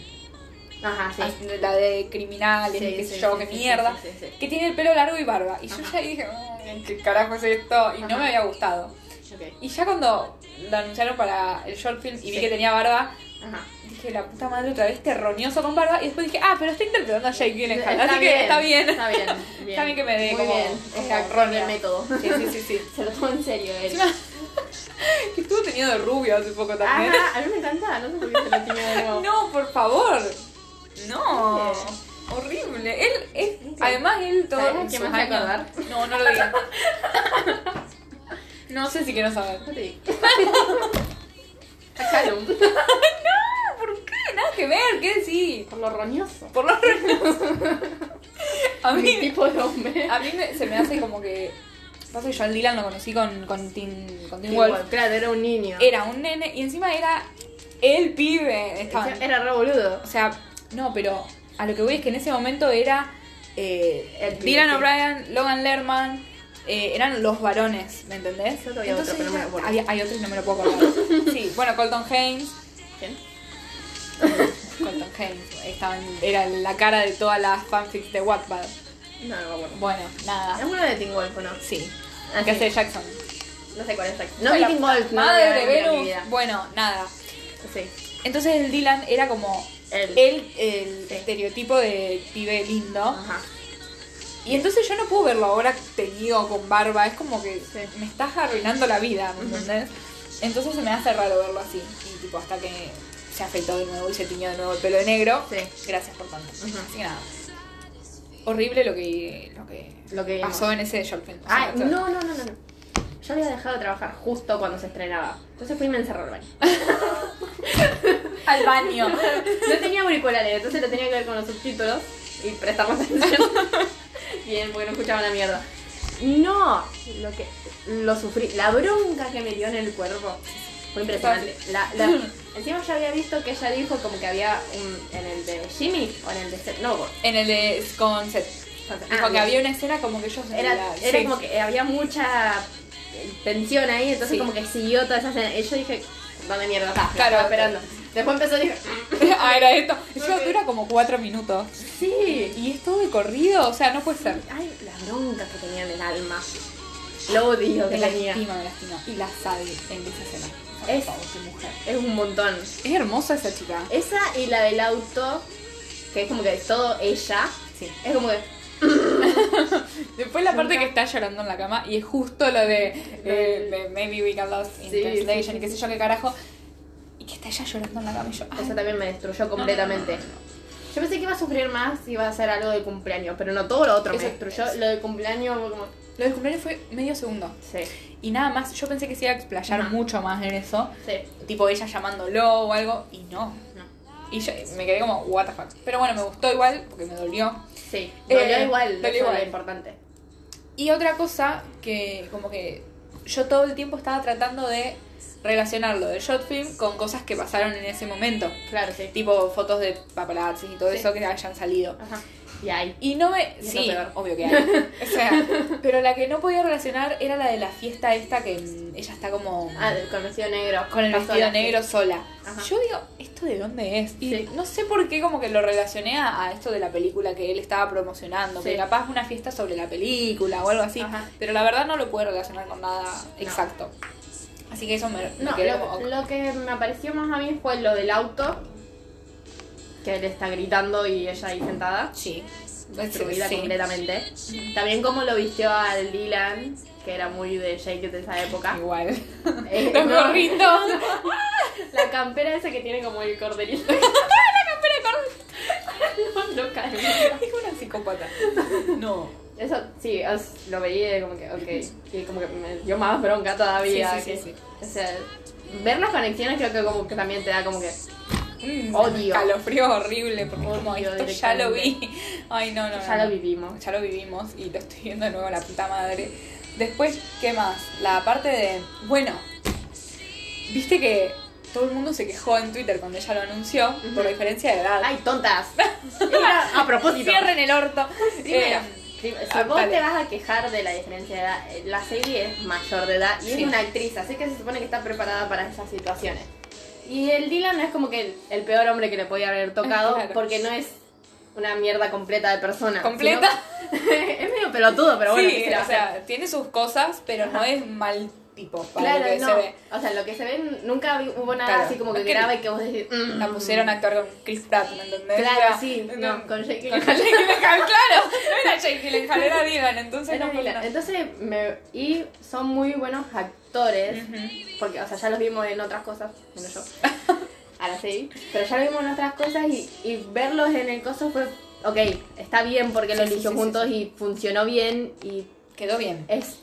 [SPEAKER 2] Ajá, sí.
[SPEAKER 1] As- La de criminales,
[SPEAKER 2] Sí,
[SPEAKER 1] qué
[SPEAKER 2] sí,
[SPEAKER 1] sé yo,
[SPEAKER 2] sí,
[SPEAKER 1] qué
[SPEAKER 2] sí,
[SPEAKER 1] mierda.
[SPEAKER 2] sí, sí, sí.
[SPEAKER 1] Que tiene el pelo largo y barba. Y yo
[SPEAKER 2] Ajá.
[SPEAKER 1] ya dije, "Mm, ¿qué carajo es esto? Y no
[SPEAKER 2] Ajá.
[SPEAKER 1] me había gustado.
[SPEAKER 2] Ok.
[SPEAKER 1] Y ya cuando lo anunciaron para el short film y vi
[SPEAKER 2] Sí.
[SPEAKER 1] que tenía barba,
[SPEAKER 2] Ajá.
[SPEAKER 1] dije, la puta madre, otra vez terroñoso con barba. Y después dije, ah, pero está interpretando a Jake Gyllenhaal,
[SPEAKER 2] Está
[SPEAKER 1] así
[SPEAKER 2] bien,
[SPEAKER 1] que está bien.
[SPEAKER 2] Está bien.
[SPEAKER 1] Está bien que me dé
[SPEAKER 2] Muy
[SPEAKER 1] como-
[SPEAKER 2] bien.
[SPEAKER 1] como
[SPEAKER 2] Está
[SPEAKER 1] errónea.
[SPEAKER 2] el método.
[SPEAKER 1] Sí, sí, sí, sí.
[SPEAKER 2] Se lo tomó en serio él.
[SPEAKER 1] Encima, que estuvo teniendo de rubio hace poco también.
[SPEAKER 2] Ajá, a mí me encanta. No sé por qué se lo tiene de nuevo.
[SPEAKER 1] No, por favor. No.
[SPEAKER 2] Sí.
[SPEAKER 1] Horrible. Él es. Además, él todo.
[SPEAKER 2] ¿Sabes a
[SPEAKER 1] en
[SPEAKER 2] quién
[SPEAKER 1] sus
[SPEAKER 2] me hace
[SPEAKER 1] años-
[SPEAKER 2] acordar?
[SPEAKER 1] No, no lo digas. No sé si quiero saber.
[SPEAKER 2] No te digo. A Calum.
[SPEAKER 1] No, ¿por qué? Nada que ver, ¿qué decís?
[SPEAKER 2] Por lo roñoso.
[SPEAKER 1] Por los A
[SPEAKER 2] Mi
[SPEAKER 1] mí,
[SPEAKER 2] tipo de hombre.
[SPEAKER 1] a mí me- se me hace como que. Pasa que yo al Dylan lo conocí con, con Tim, con Tim
[SPEAKER 2] Igual,
[SPEAKER 1] Wolf.
[SPEAKER 2] Claro, era un niño.
[SPEAKER 1] Era un nene y encima era el pibe.
[SPEAKER 2] O
[SPEAKER 1] Estaban-
[SPEAKER 2] sea, Era re boludo.
[SPEAKER 1] O sea, no, pero a lo que voy es que en ese momento era eh,
[SPEAKER 2] El pibe,
[SPEAKER 1] Dylan
[SPEAKER 2] sí.
[SPEAKER 1] O'Brien, Logan Lerman, eh, eran los varones, ¿me entendés?
[SPEAKER 2] Yo todavía otro, pero no me acuerdo.
[SPEAKER 1] hay, hay otros y no me lo puedo acordar. sí, bueno, Colton Haynes.
[SPEAKER 2] ¿Quién?
[SPEAKER 1] Colton Haynes estaba en- era la cara de todas las fanfics de Wattpad.
[SPEAKER 2] No, no me acuerdo.
[SPEAKER 1] Bueno,
[SPEAKER 2] Es
[SPEAKER 1] nada.
[SPEAKER 2] uno de Teen Wolf, ¿o ¿no?
[SPEAKER 1] Sí.
[SPEAKER 2] Ah,
[SPEAKER 1] ¿Qué
[SPEAKER 2] sí.
[SPEAKER 1] hace Jackson?
[SPEAKER 2] No sé cuál es. exacto. No
[SPEAKER 1] Fue
[SPEAKER 2] vi
[SPEAKER 1] la
[SPEAKER 2] Teen
[SPEAKER 1] puta
[SPEAKER 2] Wolf. no
[SPEAKER 1] Madre
[SPEAKER 2] lo
[SPEAKER 1] de
[SPEAKER 2] vi en mi
[SPEAKER 1] Venus.
[SPEAKER 2] vida.
[SPEAKER 1] Bueno, nada.
[SPEAKER 2] Sí.
[SPEAKER 1] Entonces el Dylan era como
[SPEAKER 2] Él.
[SPEAKER 1] el, el
[SPEAKER 2] Sí.
[SPEAKER 1] estereotipo de pibe lindo.
[SPEAKER 2] Ajá.
[SPEAKER 1] Y entonces yo no puedo verlo ahora teñido con barba, es como que
[SPEAKER 2] Sí.
[SPEAKER 1] me estás arruinando la vida, ¿me
[SPEAKER 2] Ujú.
[SPEAKER 1] entendés? Entonces se me hace raro verlo así. Y tipo, hasta que se afeitó de nuevo y se tiñó de nuevo el pelo de negro.
[SPEAKER 2] Sí.
[SPEAKER 1] Gracias por tanto.
[SPEAKER 2] Ujú.
[SPEAKER 1] Así que nada. Horrible lo que, lo que
[SPEAKER 2] Lo que vimos.
[SPEAKER 1] pasó en ese short film. O sea,
[SPEAKER 2] Ah,
[SPEAKER 1] o sea,
[SPEAKER 2] no, no, no, no, no. Yo había dejado de trabajar justo cuando se estrenaba. Entonces fui y me encerré al baño.
[SPEAKER 1] Al baño.
[SPEAKER 2] No tenía auriculares, entonces lo tenía que ver con los subtítulos y prestar más atención. Bien, porque no escuchaba una mierda. No, lo que lo sufrí, la bronca que me dio en el cuerpo fue impresionante. La, la- encima yo había visto que ella dijo como que había un, en el de Jimmy o en el de Seth. Ah, No, por-
[SPEAKER 1] en el de con Seth. Dijo que había una escena como que ellos.
[SPEAKER 2] era,
[SPEAKER 1] la-
[SPEAKER 2] era
[SPEAKER 1] sí.
[SPEAKER 2] como que había mucha eh, tensión ahí, entonces
[SPEAKER 1] Sí.
[SPEAKER 2] como que siguió toda esa escena. Y yo dije, ¿dónde mierda está? Me
[SPEAKER 1] Claro.
[SPEAKER 2] estaba esperando. Después empezó y dije,
[SPEAKER 1] ah, era esto. Eso
[SPEAKER 2] Ok.
[SPEAKER 1] dura como cuatro minutos.
[SPEAKER 2] sí.
[SPEAKER 1] Y es todo de corrido, o sea, no puede ser.
[SPEAKER 2] Ay, la bronca que tenía en el alma. Lo odio que
[SPEAKER 1] Me
[SPEAKER 2] tenía.
[SPEAKER 1] lastima, me lastima. Y la sabe en esa escena. O sea,
[SPEAKER 2] Es-
[SPEAKER 1] por favor, qué mujer.
[SPEAKER 2] Es un montón.
[SPEAKER 1] Es hermosa esa chica.
[SPEAKER 2] Esa y la del auto, que es como que todo ella.
[SPEAKER 1] Sí.
[SPEAKER 2] Es como que.
[SPEAKER 1] Después la parte que está llorando en la cama y es justo lo de, eh, de Maybe we got lost in
[SPEAKER 2] Sí,
[SPEAKER 1] translation
[SPEAKER 2] sí, sí,
[SPEAKER 1] y qué sé yo qué carajo. Y que está ella llorando en la cama y yo. ay,
[SPEAKER 2] Esa también me destruyó completamente. Yo pensé que iba a sufrir más si iba a ser algo de cumpleaños, pero no, todo lo otro me
[SPEAKER 1] Eso-
[SPEAKER 2] destruyó.
[SPEAKER 1] eso.
[SPEAKER 2] Lo de cumpleaños fue como...
[SPEAKER 1] Lo del cumpleaños fue medio segundo.
[SPEAKER 2] Sí,
[SPEAKER 1] Y nada más, yo pensé que se iba a explayar
[SPEAKER 2] Ajá.
[SPEAKER 1] mucho más en eso.
[SPEAKER 2] sí.
[SPEAKER 1] Tipo ella llamándolo o algo. Y no.
[SPEAKER 2] No.
[SPEAKER 1] Y yo me quedé como, what the fuck. Pero bueno, me gustó igual, porque me dolió.
[SPEAKER 2] Sí,
[SPEAKER 1] Eh,
[SPEAKER 2] dolió igual,
[SPEAKER 1] dolió
[SPEAKER 2] eso es
[SPEAKER 1] igual.
[SPEAKER 2] lo importante.
[SPEAKER 1] Y otra cosa que como que yo todo el tiempo estaba tratando de relacionar lo del short film con cosas que pasaron en ese momento.
[SPEAKER 2] Claro, sí.
[SPEAKER 1] Tipo fotos de paparazzis y todo
[SPEAKER 2] Sí.
[SPEAKER 1] eso que hayan salido.
[SPEAKER 2] Ajá. Y ahí.
[SPEAKER 1] Y no me...
[SPEAKER 2] Y es lo
[SPEAKER 1] Sí,
[SPEAKER 2] peor.
[SPEAKER 1] obvio que hay. O sea, pero la que no podía relacionar era la de la fiesta esta que mm, ella está como...
[SPEAKER 2] Ah, del- con vestido negro.
[SPEAKER 1] con el
[SPEAKER 2] Pasó
[SPEAKER 1] vestido
[SPEAKER 2] la-
[SPEAKER 1] negro sola.
[SPEAKER 2] Ajá.
[SPEAKER 1] Yo digo, ¿esto de dónde es? Y
[SPEAKER 2] Sí.
[SPEAKER 1] no sé por qué como que lo relacioné a, a esto de la película que él estaba promocionando, que
[SPEAKER 2] Sí.
[SPEAKER 1] capaz una fiesta sobre la película o algo así,
[SPEAKER 2] Ajá.
[SPEAKER 1] pero la verdad no lo pude relacionar con nada exacto. Así que eso me, me
[SPEAKER 2] No,
[SPEAKER 1] quedé
[SPEAKER 2] lo,
[SPEAKER 1] como...
[SPEAKER 2] lo que me apareció más a mí fue lo del auto. Que él está gritando y ella ahí sentada.
[SPEAKER 1] Sí.
[SPEAKER 2] Destruida
[SPEAKER 1] Sí.
[SPEAKER 2] completamente. También como lo vistió al Dylan, que era muy de Jake de esa época.
[SPEAKER 1] Igual.
[SPEAKER 2] Eh,
[SPEAKER 1] Los
[SPEAKER 2] no,
[SPEAKER 1] gorritos.
[SPEAKER 2] La campera esa que tiene como el corderito. no, no cae.
[SPEAKER 1] es una psicópata. No.
[SPEAKER 2] Eso sí, os- lo veía y como que, ok. Y como que me dio más bronca todavía.
[SPEAKER 1] Sí, sí, sí,
[SPEAKER 2] que- O sea, ver las conexiones creo que como que también te da como que.
[SPEAKER 1] Mm,
[SPEAKER 2] Odio.
[SPEAKER 1] Calofrío horrible, porque es como
[SPEAKER 2] Odio
[SPEAKER 1] esto ya lo vi.
[SPEAKER 2] directamente.
[SPEAKER 1] Ay, no, no.
[SPEAKER 2] Ya
[SPEAKER 1] no,
[SPEAKER 2] lo
[SPEAKER 1] no.
[SPEAKER 2] vivimos.
[SPEAKER 1] ya lo vivimos y lo estoy viendo de nuevo la puta madre. Después, ¿qué más? La parte de, bueno, viste que todo el mundo se quejó en Twitter cuando ella lo anunció por la diferencia de edad.
[SPEAKER 2] ¡Ay, tontas! Era a propósito.
[SPEAKER 1] Cierren el orto.
[SPEAKER 2] Primero,
[SPEAKER 1] Eh,
[SPEAKER 2] prim-
[SPEAKER 1] ah,
[SPEAKER 2] si vos
[SPEAKER 1] dale.
[SPEAKER 2] te vas a quejar de la diferencia de edad, eh, la serie es mayor de edad y
[SPEAKER 1] Sí.
[SPEAKER 2] es una actriz, así que se supone que está preparada para esas situaciones. Y el Dylan es como que el, el peor hombre que le podía haber tocado
[SPEAKER 1] Claro.
[SPEAKER 2] porque no es una mierda completa de persona.
[SPEAKER 1] ¿Completa?
[SPEAKER 2] sino- es medio pelotudo, pero bueno,
[SPEAKER 1] sí,
[SPEAKER 2] ¿qué se le va a
[SPEAKER 1] o
[SPEAKER 2] hacer?
[SPEAKER 1] sea, tiene sus cosas, pero no es mal tipo para
[SPEAKER 2] Claro,
[SPEAKER 1] lo que
[SPEAKER 2] no.
[SPEAKER 1] se ve.
[SPEAKER 2] O sea, lo que se ve nunca vi- hubo nada
[SPEAKER 1] Claro.
[SPEAKER 2] así como que
[SPEAKER 1] Es que
[SPEAKER 2] grave que vos decís. mm,
[SPEAKER 1] La pusieron a actuar con Chris Pratt, ¿me entendés?
[SPEAKER 2] Claro,
[SPEAKER 1] O sea,
[SPEAKER 2] sí,
[SPEAKER 1] no,
[SPEAKER 2] no, con Jake
[SPEAKER 1] con
[SPEAKER 2] Gyllenhaal.
[SPEAKER 1] Jake Gyllenhaal, claro. No era Jake Gyllenhaal, era Dylan, entonces
[SPEAKER 2] Era
[SPEAKER 1] no fue
[SPEAKER 2] Dylan.
[SPEAKER 1] nada.
[SPEAKER 2] Entonces, me- y son muy buenos actores,
[SPEAKER 1] Ujú.
[SPEAKER 2] porque, o sea, ya los vimos en otras cosas, bueno, yo, ahora sí, pero ya los vimos en otras cosas y, y verlos en el coso fue, ok, está bien porque lo
[SPEAKER 1] Sí, sí,
[SPEAKER 2] eligió
[SPEAKER 1] sí,
[SPEAKER 2] juntos
[SPEAKER 1] sí,
[SPEAKER 2] y funcionó bien y
[SPEAKER 1] Quedó bien.
[SPEAKER 2] es p-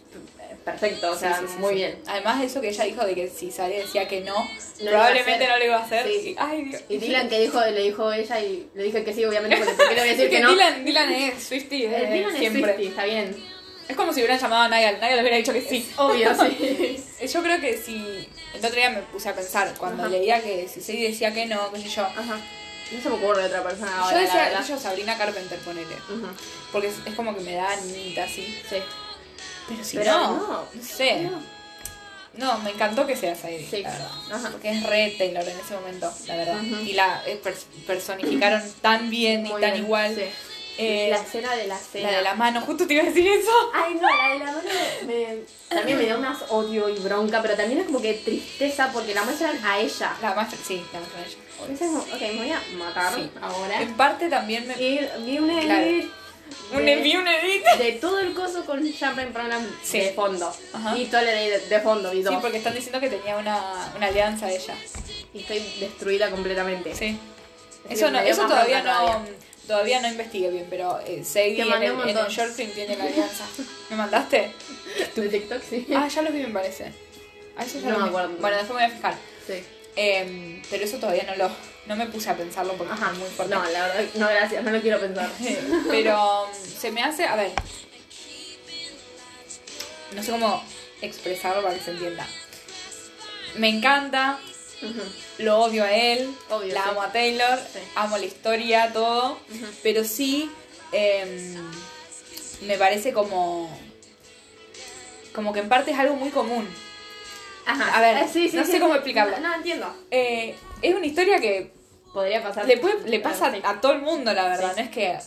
[SPEAKER 2] perfecto, o sea,
[SPEAKER 1] Sí, sí, sí,
[SPEAKER 2] muy
[SPEAKER 1] sí.
[SPEAKER 2] bien.
[SPEAKER 1] Además, eso que ella dijo de que si Sally decía que no,
[SPEAKER 2] iba
[SPEAKER 1] probablemente
[SPEAKER 2] a hacer.
[SPEAKER 1] no lo iba a hacer.
[SPEAKER 2] Sí.
[SPEAKER 1] Y, ay, Dios.
[SPEAKER 2] Y Dylan que dijo, le dijo ella y le dije que sí, obviamente, porque ¿por qué le voy a decir
[SPEAKER 1] Es
[SPEAKER 2] que no?
[SPEAKER 1] Dylan, Dylan es Swifty
[SPEAKER 2] Eh, Dylan es
[SPEAKER 1] siempre.
[SPEAKER 2] 50, está bien,
[SPEAKER 1] Es como si hubieran llamado a Niall. Niall le hubiera dicho que sí.
[SPEAKER 2] obvio, sí.
[SPEAKER 1] Yo creo que si. El otro día me puse a pensar cuando
[SPEAKER 2] Ajá.
[SPEAKER 1] leía que si Sadie decía que no, qué sé yo.
[SPEAKER 2] Ajá, no se me ocurre otra persona ahora,
[SPEAKER 1] yo
[SPEAKER 2] la
[SPEAKER 1] decía,
[SPEAKER 2] verdad.
[SPEAKER 1] yo Sabrina Carpenter, ponele.
[SPEAKER 2] Ujú,
[SPEAKER 1] Porque es, es como que me da anita así.
[SPEAKER 2] Sí.
[SPEAKER 1] Pero si
[SPEAKER 2] Pero
[SPEAKER 1] no, no,
[SPEAKER 2] no.
[SPEAKER 1] sé. No. me encantó que sea Sadie,
[SPEAKER 2] Sí.
[SPEAKER 1] la verdad.
[SPEAKER 2] Ajá.
[SPEAKER 1] Porque es re Taylor en ese momento, la verdad.
[SPEAKER 2] Ujú.
[SPEAKER 1] Y la eh, pers- personificaron tan bien y
[SPEAKER 2] Muy
[SPEAKER 1] tan
[SPEAKER 2] bien,
[SPEAKER 1] igual.
[SPEAKER 2] sí.
[SPEAKER 1] Eh,
[SPEAKER 2] la escena de la
[SPEAKER 1] la
[SPEAKER 2] cena.
[SPEAKER 1] de la mano, justo te iba a decir eso.
[SPEAKER 2] Ay, no, la de la mano me- también me dio más odio y bronca, pero también es como que tristeza porque la muestran a ella.
[SPEAKER 1] La maestra, sí, la maestra de ella.
[SPEAKER 2] Entonces, como, ok, me voy a matar
[SPEAKER 1] Sí.
[SPEAKER 2] ahora.
[SPEAKER 1] En parte también me.
[SPEAKER 2] Y vi un edit
[SPEAKER 1] Claro.
[SPEAKER 2] de,
[SPEAKER 1] Un envío, un edit.
[SPEAKER 2] de todo el coso con Champagne Program
[SPEAKER 1] Sí.
[SPEAKER 2] de fondo.
[SPEAKER 1] Ajá.
[SPEAKER 2] Y todo el edit de, de fondo, y
[SPEAKER 1] Sí,
[SPEAKER 2] todo.
[SPEAKER 1] porque están diciendo que tenía una, una alianza ella.
[SPEAKER 2] Y estoy destruida completamente.
[SPEAKER 1] Sí.
[SPEAKER 2] Así
[SPEAKER 1] Eso,
[SPEAKER 2] que
[SPEAKER 1] no,
[SPEAKER 2] me dio
[SPEAKER 1] eso
[SPEAKER 2] más
[SPEAKER 1] todavía
[SPEAKER 2] bronca
[SPEAKER 1] no. Todavía no investigué bien, pero eh, Sadie
[SPEAKER 2] Te
[SPEAKER 1] en
[SPEAKER 2] mandé
[SPEAKER 1] el,
[SPEAKER 2] un
[SPEAKER 1] en el
[SPEAKER 2] montón.
[SPEAKER 1] short film tiene la alianza. ¿Me mandaste?
[SPEAKER 2] De TikTok, sí.
[SPEAKER 1] Ah, ya los vi, me parece. Ah, eso ya
[SPEAKER 2] No
[SPEAKER 1] los
[SPEAKER 2] me
[SPEAKER 1] vi.
[SPEAKER 2] acuerdo.
[SPEAKER 1] Bueno, después me voy a fijar.
[SPEAKER 2] Sí.
[SPEAKER 1] Em, pero eso todavía no lo. No me puse a pensarlo porque
[SPEAKER 2] Ajá,
[SPEAKER 1] es muy fuerte.
[SPEAKER 2] No, la verdad, no, gracias, no lo quiero pensar.
[SPEAKER 1] Pero um, se me hace, a ver, no sé cómo expresarlo para que se entienda. Me encanta,
[SPEAKER 2] Ujú,
[SPEAKER 1] lo odio a él,
[SPEAKER 2] Obvio,
[SPEAKER 1] la
[SPEAKER 2] sí.
[SPEAKER 1] amo a Taylor,
[SPEAKER 2] Sí.
[SPEAKER 1] amo la historia, todo, pero sí em, me parece como como que en parte es algo muy común.
[SPEAKER 2] Ajá.
[SPEAKER 1] A ver,
[SPEAKER 2] Eh, sí, sí,
[SPEAKER 1] no
[SPEAKER 2] sí,
[SPEAKER 1] sé
[SPEAKER 2] sí.
[SPEAKER 1] cómo explicarlo.
[SPEAKER 2] No, no entiendo.
[SPEAKER 1] Eh, es una historia que
[SPEAKER 2] Podría pasar.
[SPEAKER 1] le, puede- le pasa
[SPEAKER 2] Sí.
[SPEAKER 1] a todo el mundo, la verdad,
[SPEAKER 2] Sí.
[SPEAKER 1] no es que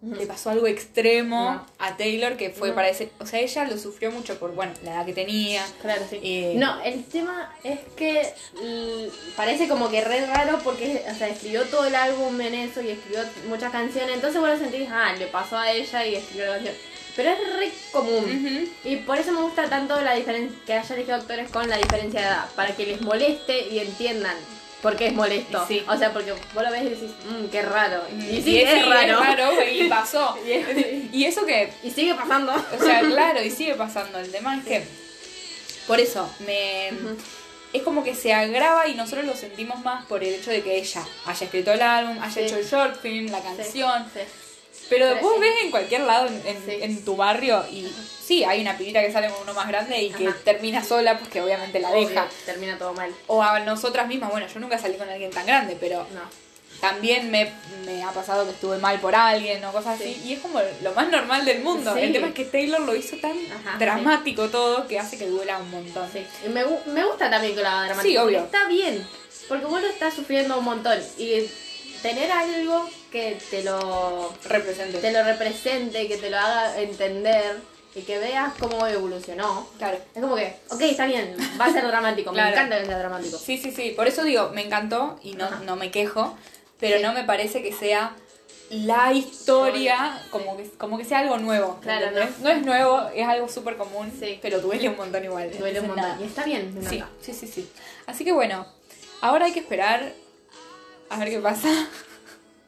[SPEAKER 1] le pasó algo extremo
[SPEAKER 2] No.
[SPEAKER 1] a Taylor que fue
[SPEAKER 2] No.
[SPEAKER 1] para ese. O sea, ella lo sufrió mucho por, bueno, la edad que tenía.
[SPEAKER 2] Claro, sí.
[SPEAKER 1] Eh,
[SPEAKER 2] No, el tema es que l- parece como que re raro porque o sea, escribió todo el álbum en eso y escribió muchas canciones. Entonces vos lo sentís, ah, le pasó a ella y escribió la canción. Pero es re común.
[SPEAKER 1] Ujú.
[SPEAKER 2] Y por eso me gusta tanto la diferen- que haya elegido actores con la diferencia de edad. Para que les moleste y entiendan Porque es molesto.
[SPEAKER 1] Sí.
[SPEAKER 2] O sea, porque vos lo ves y decís, mmm, qué raro. Y sí,
[SPEAKER 1] Mm, y
[SPEAKER 2] es, raro.
[SPEAKER 1] y pasó.
[SPEAKER 2] Y es-
[SPEAKER 1] y eso que
[SPEAKER 2] Y sigue pasando.
[SPEAKER 1] O sea, claro, y sigue pasando. El tema es que. Por eso, me. Es como que se agrava y nosotros lo sentimos más por el hecho de que ella haya escrito el álbum, haya
[SPEAKER 2] Sí.
[SPEAKER 1] hecho el short film, la canción.
[SPEAKER 2] Sí.
[SPEAKER 1] Pero
[SPEAKER 2] Pero
[SPEAKER 1] vos
[SPEAKER 2] sí.
[SPEAKER 1] ves en cualquier lado, en, en-
[SPEAKER 2] Sí.
[SPEAKER 1] en tu barrio, y sí, hay una pibita que sale con uno más grande y que
[SPEAKER 2] Ajá.
[SPEAKER 1] termina sola, pues que obviamente la
[SPEAKER 2] Obvio,
[SPEAKER 1] deja.
[SPEAKER 2] termina todo mal.
[SPEAKER 1] O a nosotras mismas, bueno, yo nunca salí con alguien tan grande, pero
[SPEAKER 2] No.
[SPEAKER 1] también me, me ha pasado que estuve mal por alguien o cosas así.
[SPEAKER 2] Sí.
[SPEAKER 1] Y es como lo más normal del mundo.
[SPEAKER 2] Sí.
[SPEAKER 1] El tema es que Taylor lo hizo tan
[SPEAKER 2] Ajá,
[SPEAKER 1] dramático todo que hace que duela un montón.
[SPEAKER 2] Sí. Y me, gu- me gusta también que lo haga dramático.
[SPEAKER 1] Sí, obvio.
[SPEAKER 2] porque Está bien. Porque vos lo estás sufriendo un montón. Y tener algo que te lo,
[SPEAKER 1] Represente.
[SPEAKER 2] te lo represente, que te lo haga entender y que veas cómo evolucionó.
[SPEAKER 1] Claro.
[SPEAKER 2] Es como que, ok, está bien, va a ser dramático.
[SPEAKER 1] Claro.
[SPEAKER 2] Me encanta que sea dramático.
[SPEAKER 1] Sí, sí, sí. Por eso digo, me encantó y no,
[SPEAKER 2] Ajá.
[SPEAKER 1] no me quejo, pero
[SPEAKER 2] Sí.
[SPEAKER 1] no me parece que sea la historia, como que, como que sea algo nuevo.
[SPEAKER 2] Claro,
[SPEAKER 1] ¿entendés? no. es nuevo, es algo súper común,
[SPEAKER 2] Sí.
[SPEAKER 1] pero duele un montón igual.
[SPEAKER 2] Duele un
[SPEAKER 1] Entonces,
[SPEAKER 2] montón.
[SPEAKER 1] nada.
[SPEAKER 2] Y está bien, me
[SPEAKER 1] Sí,
[SPEAKER 2] encanta.
[SPEAKER 1] sí, sí, sí. Así que bueno, ahora hay que esperar a ver qué pasa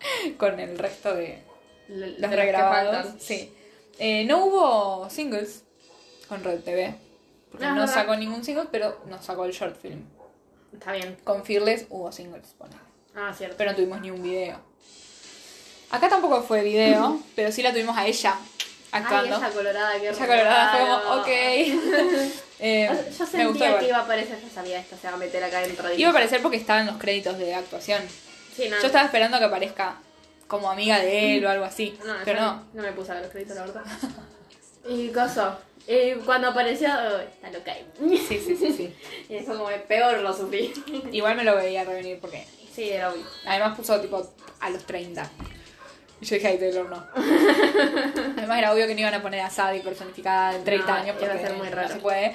[SPEAKER 1] con el resto de
[SPEAKER 2] L- de
[SPEAKER 1] los
[SPEAKER 2] que
[SPEAKER 1] regrabados.
[SPEAKER 2] faltan.
[SPEAKER 1] Sí. Eh, no hubo singles con Red TV. Porque
[SPEAKER 2] No,
[SPEAKER 1] no,
[SPEAKER 2] Ah, es verdad.
[SPEAKER 1] sacó ningún single, pero nos sacó el short film.
[SPEAKER 2] Está bien.
[SPEAKER 1] Con Fearless hubo singles, ponele,
[SPEAKER 2] Ah, cierto.
[SPEAKER 1] Pero no tuvimos ni un video. Acá tampoco fue video, pero sí la tuvimos a ella actuando.
[SPEAKER 2] Ay, ella colorada, qué
[SPEAKER 1] Ella colorada fue como,
[SPEAKER 2] raro.
[SPEAKER 1] ok. Eh,
[SPEAKER 2] O sea, Yo
[SPEAKER 1] me gustó
[SPEAKER 2] sentía
[SPEAKER 1] igual.
[SPEAKER 2] que iba a aparecer, yo sabía esto, se va a meter acá dentro. de-
[SPEAKER 1] Iba a aparecer porque estaba en los créditos de actuación.
[SPEAKER 2] Sí, no.
[SPEAKER 1] Yo estaba esperando que aparezca como amiga de él o algo así.
[SPEAKER 2] No,
[SPEAKER 1] pero
[SPEAKER 2] yo
[SPEAKER 1] no.
[SPEAKER 2] No me puse a ver los créditos, la verdad. y coso. Y cuando apareció, "Oh, está loca.
[SPEAKER 1] Sí, sí, sí, sí.
[SPEAKER 2] Y eso como el peor lo sufrí.
[SPEAKER 1] Igual me lo veía revenir porque
[SPEAKER 2] sí, era obvio.
[SPEAKER 1] además puso tipo a los 30. Y yo dije, ay, Taylor no. además era obvio que no iban a poner a Sadie personificada en 30
[SPEAKER 2] No,
[SPEAKER 1] años
[SPEAKER 2] iba a
[SPEAKER 1] porque
[SPEAKER 2] ser muy
[SPEAKER 1] no
[SPEAKER 2] raro.
[SPEAKER 1] se puede.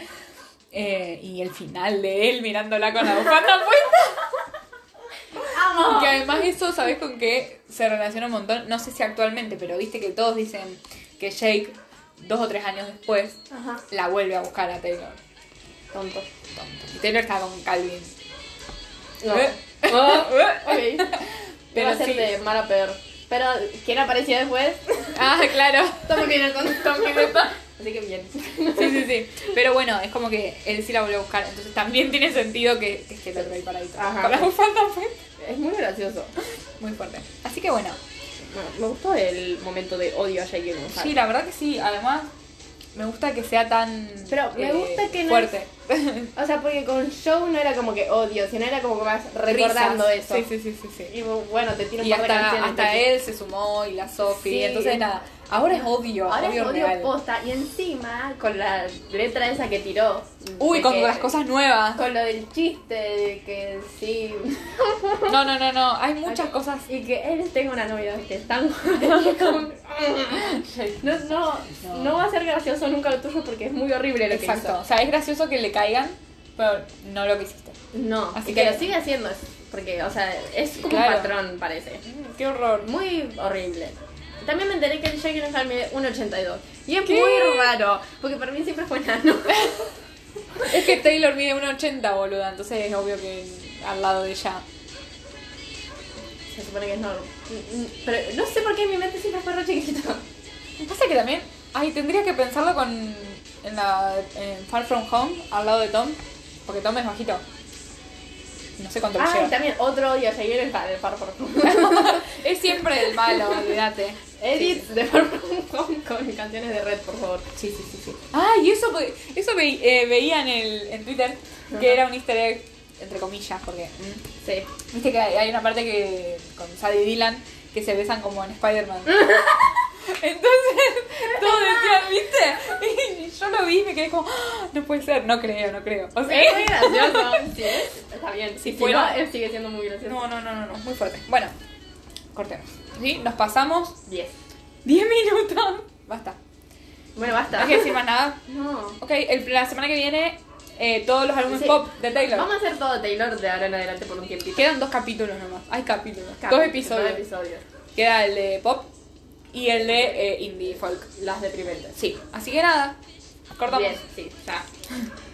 [SPEAKER 1] Eh, y el final de él mirándola con la bufanda puesta.
[SPEAKER 2] ¡Amo!
[SPEAKER 1] Que además eso, ¿sabes con qué? Se relaciona un montón. No sé si actualmente, pero viste que todos dicen que Jake, dos o tres años después,
[SPEAKER 2] Ajá.
[SPEAKER 1] la vuelve a buscar a Taylor.
[SPEAKER 2] Tonto.
[SPEAKER 1] Y Taylor está con Calvin.
[SPEAKER 2] No.
[SPEAKER 1] Eh.
[SPEAKER 2] Oh, ok.
[SPEAKER 1] Pero
[SPEAKER 2] Iba a ser
[SPEAKER 1] sí.
[SPEAKER 2] de mal a peor. Pero, ¿quién apareció después?
[SPEAKER 1] Ah, claro.
[SPEAKER 2] Tom Hiddleston. Tom Hiddleston. Así que bien.
[SPEAKER 1] Sí, sí, sí. Pero bueno, es como que él sí la volvió a buscar. Entonces también tiene sentido que, que esté Taylor ahí paradito.
[SPEAKER 2] Ajá.
[SPEAKER 1] Con la bufanda fue
[SPEAKER 2] Es muy gracioso.
[SPEAKER 1] muy fuerte. Así que bueno.
[SPEAKER 2] Bueno, me gustó el momento de odio a Jake Gyllenhaal.
[SPEAKER 1] Sí, la verdad que sí. Además, me gusta que sea tan eh,
[SPEAKER 2] Pero me gusta que no
[SPEAKER 1] fuerte.
[SPEAKER 2] O sea, porque con show no era como que odio, sino era como que vas recordando
[SPEAKER 1] Risas.
[SPEAKER 2] eso.
[SPEAKER 1] Sí, sí, sí, sí. sí.
[SPEAKER 2] Y bueno, te tiro un
[SPEAKER 1] Y
[SPEAKER 2] par de
[SPEAKER 1] hasta,
[SPEAKER 2] canciones.
[SPEAKER 1] hasta él se sumó y la Sophie.
[SPEAKER 2] Sí.
[SPEAKER 1] Entonces nada. Ahora es odio.
[SPEAKER 2] Ahora es
[SPEAKER 1] odio
[SPEAKER 2] odio
[SPEAKER 1] real.
[SPEAKER 2] posta. Y encima, con la letra esa que tiró.
[SPEAKER 1] Uy,
[SPEAKER 2] de
[SPEAKER 1] con
[SPEAKER 2] que-
[SPEAKER 1] las cosas nuevas.
[SPEAKER 2] Con lo del chiste, de que sí.
[SPEAKER 1] No, no, no, no. Hay muchas cosas
[SPEAKER 2] Y que él tenga una novia que es tan y es como- no, no,
[SPEAKER 1] No.
[SPEAKER 2] no, va a ser gracioso nunca lo tuyo porque es muy horrible lo que
[SPEAKER 1] Exacto.
[SPEAKER 2] hizo.
[SPEAKER 1] O sea, es gracioso que le caigan, pero no lo que hiciste.
[SPEAKER 2] No,
[SPEAKER 1] Así
[SPEAKER 2] así
[SPEAKER 1] que-
[SPEAKER 2] que lo sigue haciendo. es- Porque, o sea, es como
[SPEAKER 1] Claro.
[SPEAKER 2] un patrón, parece.
[SPEAKER 1] Mm, qué horror.
[SPEAKER 2] Muy horrible. También me enteré que el Jack Gyllenhaal mide 1,82. Y es
[SPEAKER 1] ¿Qué?
[SPEAKER 2] muy raro, porque para mí siempre fue enano.
[SPEAKER 1] Es que Taylor mide 1,80, boluda. Entonces es obvio que al lado de ella.
[SPEAKER 2] Se supone que es normal. Pero no sé por qué en mi mente siempre fue re chiquito.
[SPEAKER 1] Pasa que también. Ay, tendría que pensarlo con. En la. En Far From Home, al lado de Tom. Porque Tom es bajito. No sé cuánto le
[SPEAKER 2] Ah, y
[SPEAKER 1] lleva.
[SPEAKER 2] también otro odio a seguir el de Far From
[SPEAKER 1] Es siempre el malo, olvídate.
[SPEAKER 2] Edits de Far From Home con canciones de Red, por favor.
[SPEAKER 1] Sí, sí, sí, sí. Ah, y eso, ve- eso ve- eh, veía en, el, en Twitter que
[SPEAKER 2] Ajá.
[SPEAKER 1] era un easter egg, entre comillas, porque. mm,
[SPEAKER 2] Sí.
[SPEAKER 1] Viste que hay hay una parte que con Sadie y Dylan que se besan como en Spider-Man. Entonces, todos decían, ¿viste? Y yo lo vi y me quedé como, "Ah, no puede ser, no creo, no creo. O sea,
[SPEAKER 2] Es muy gracioso. Sí, es. Está bien.
[SPEAKER 1] Si
[SPEAKER 2] Si,
[SPEAKER 1] fuera-
[SPEAKER 2] no, él sigue siendo muy gracioso.
[SPEAKER 1] no, no, no, no, no, muy fuerte. Bueno, cortemos. ¿Sí? Nos pasamos
[SPEAKER 2] 10.
[SPEAKER 1] 10 minutos. Basta.
[SPEAKER 2] Bueno,
[SPEAKER 1] No
[SPEAKER 2] basta.
[SPEAKER 1] hay que decir más nada.
[SPEAKER 2] No.
[SPEAKER 1] Ok, el- la semana que viene eh, todos los álbumes
[SPEAKER 2] Sí.
[SPEAKER 1] pop de Taylor.
[SPEAKER 2] Vamos a hacer todo Taylor de ahora en adelante por un tiempito.
[SPEAKER 1] Quedan dos capítulos nomás. Hay capítulos.
[SPEAKER 2] Capítulo,
[SPEAKER 1] Dos episodios.
[SPEAKER 2] Dos episodios.
[SPEAKER 1] Queda el de pop y el de eh, indie folk.
[SPEAKER 2] Las deprimentes.
[SPEAKER 1] Sí, así que nada, cortamos.
[SPEAKER 2] Bien, sí, ya.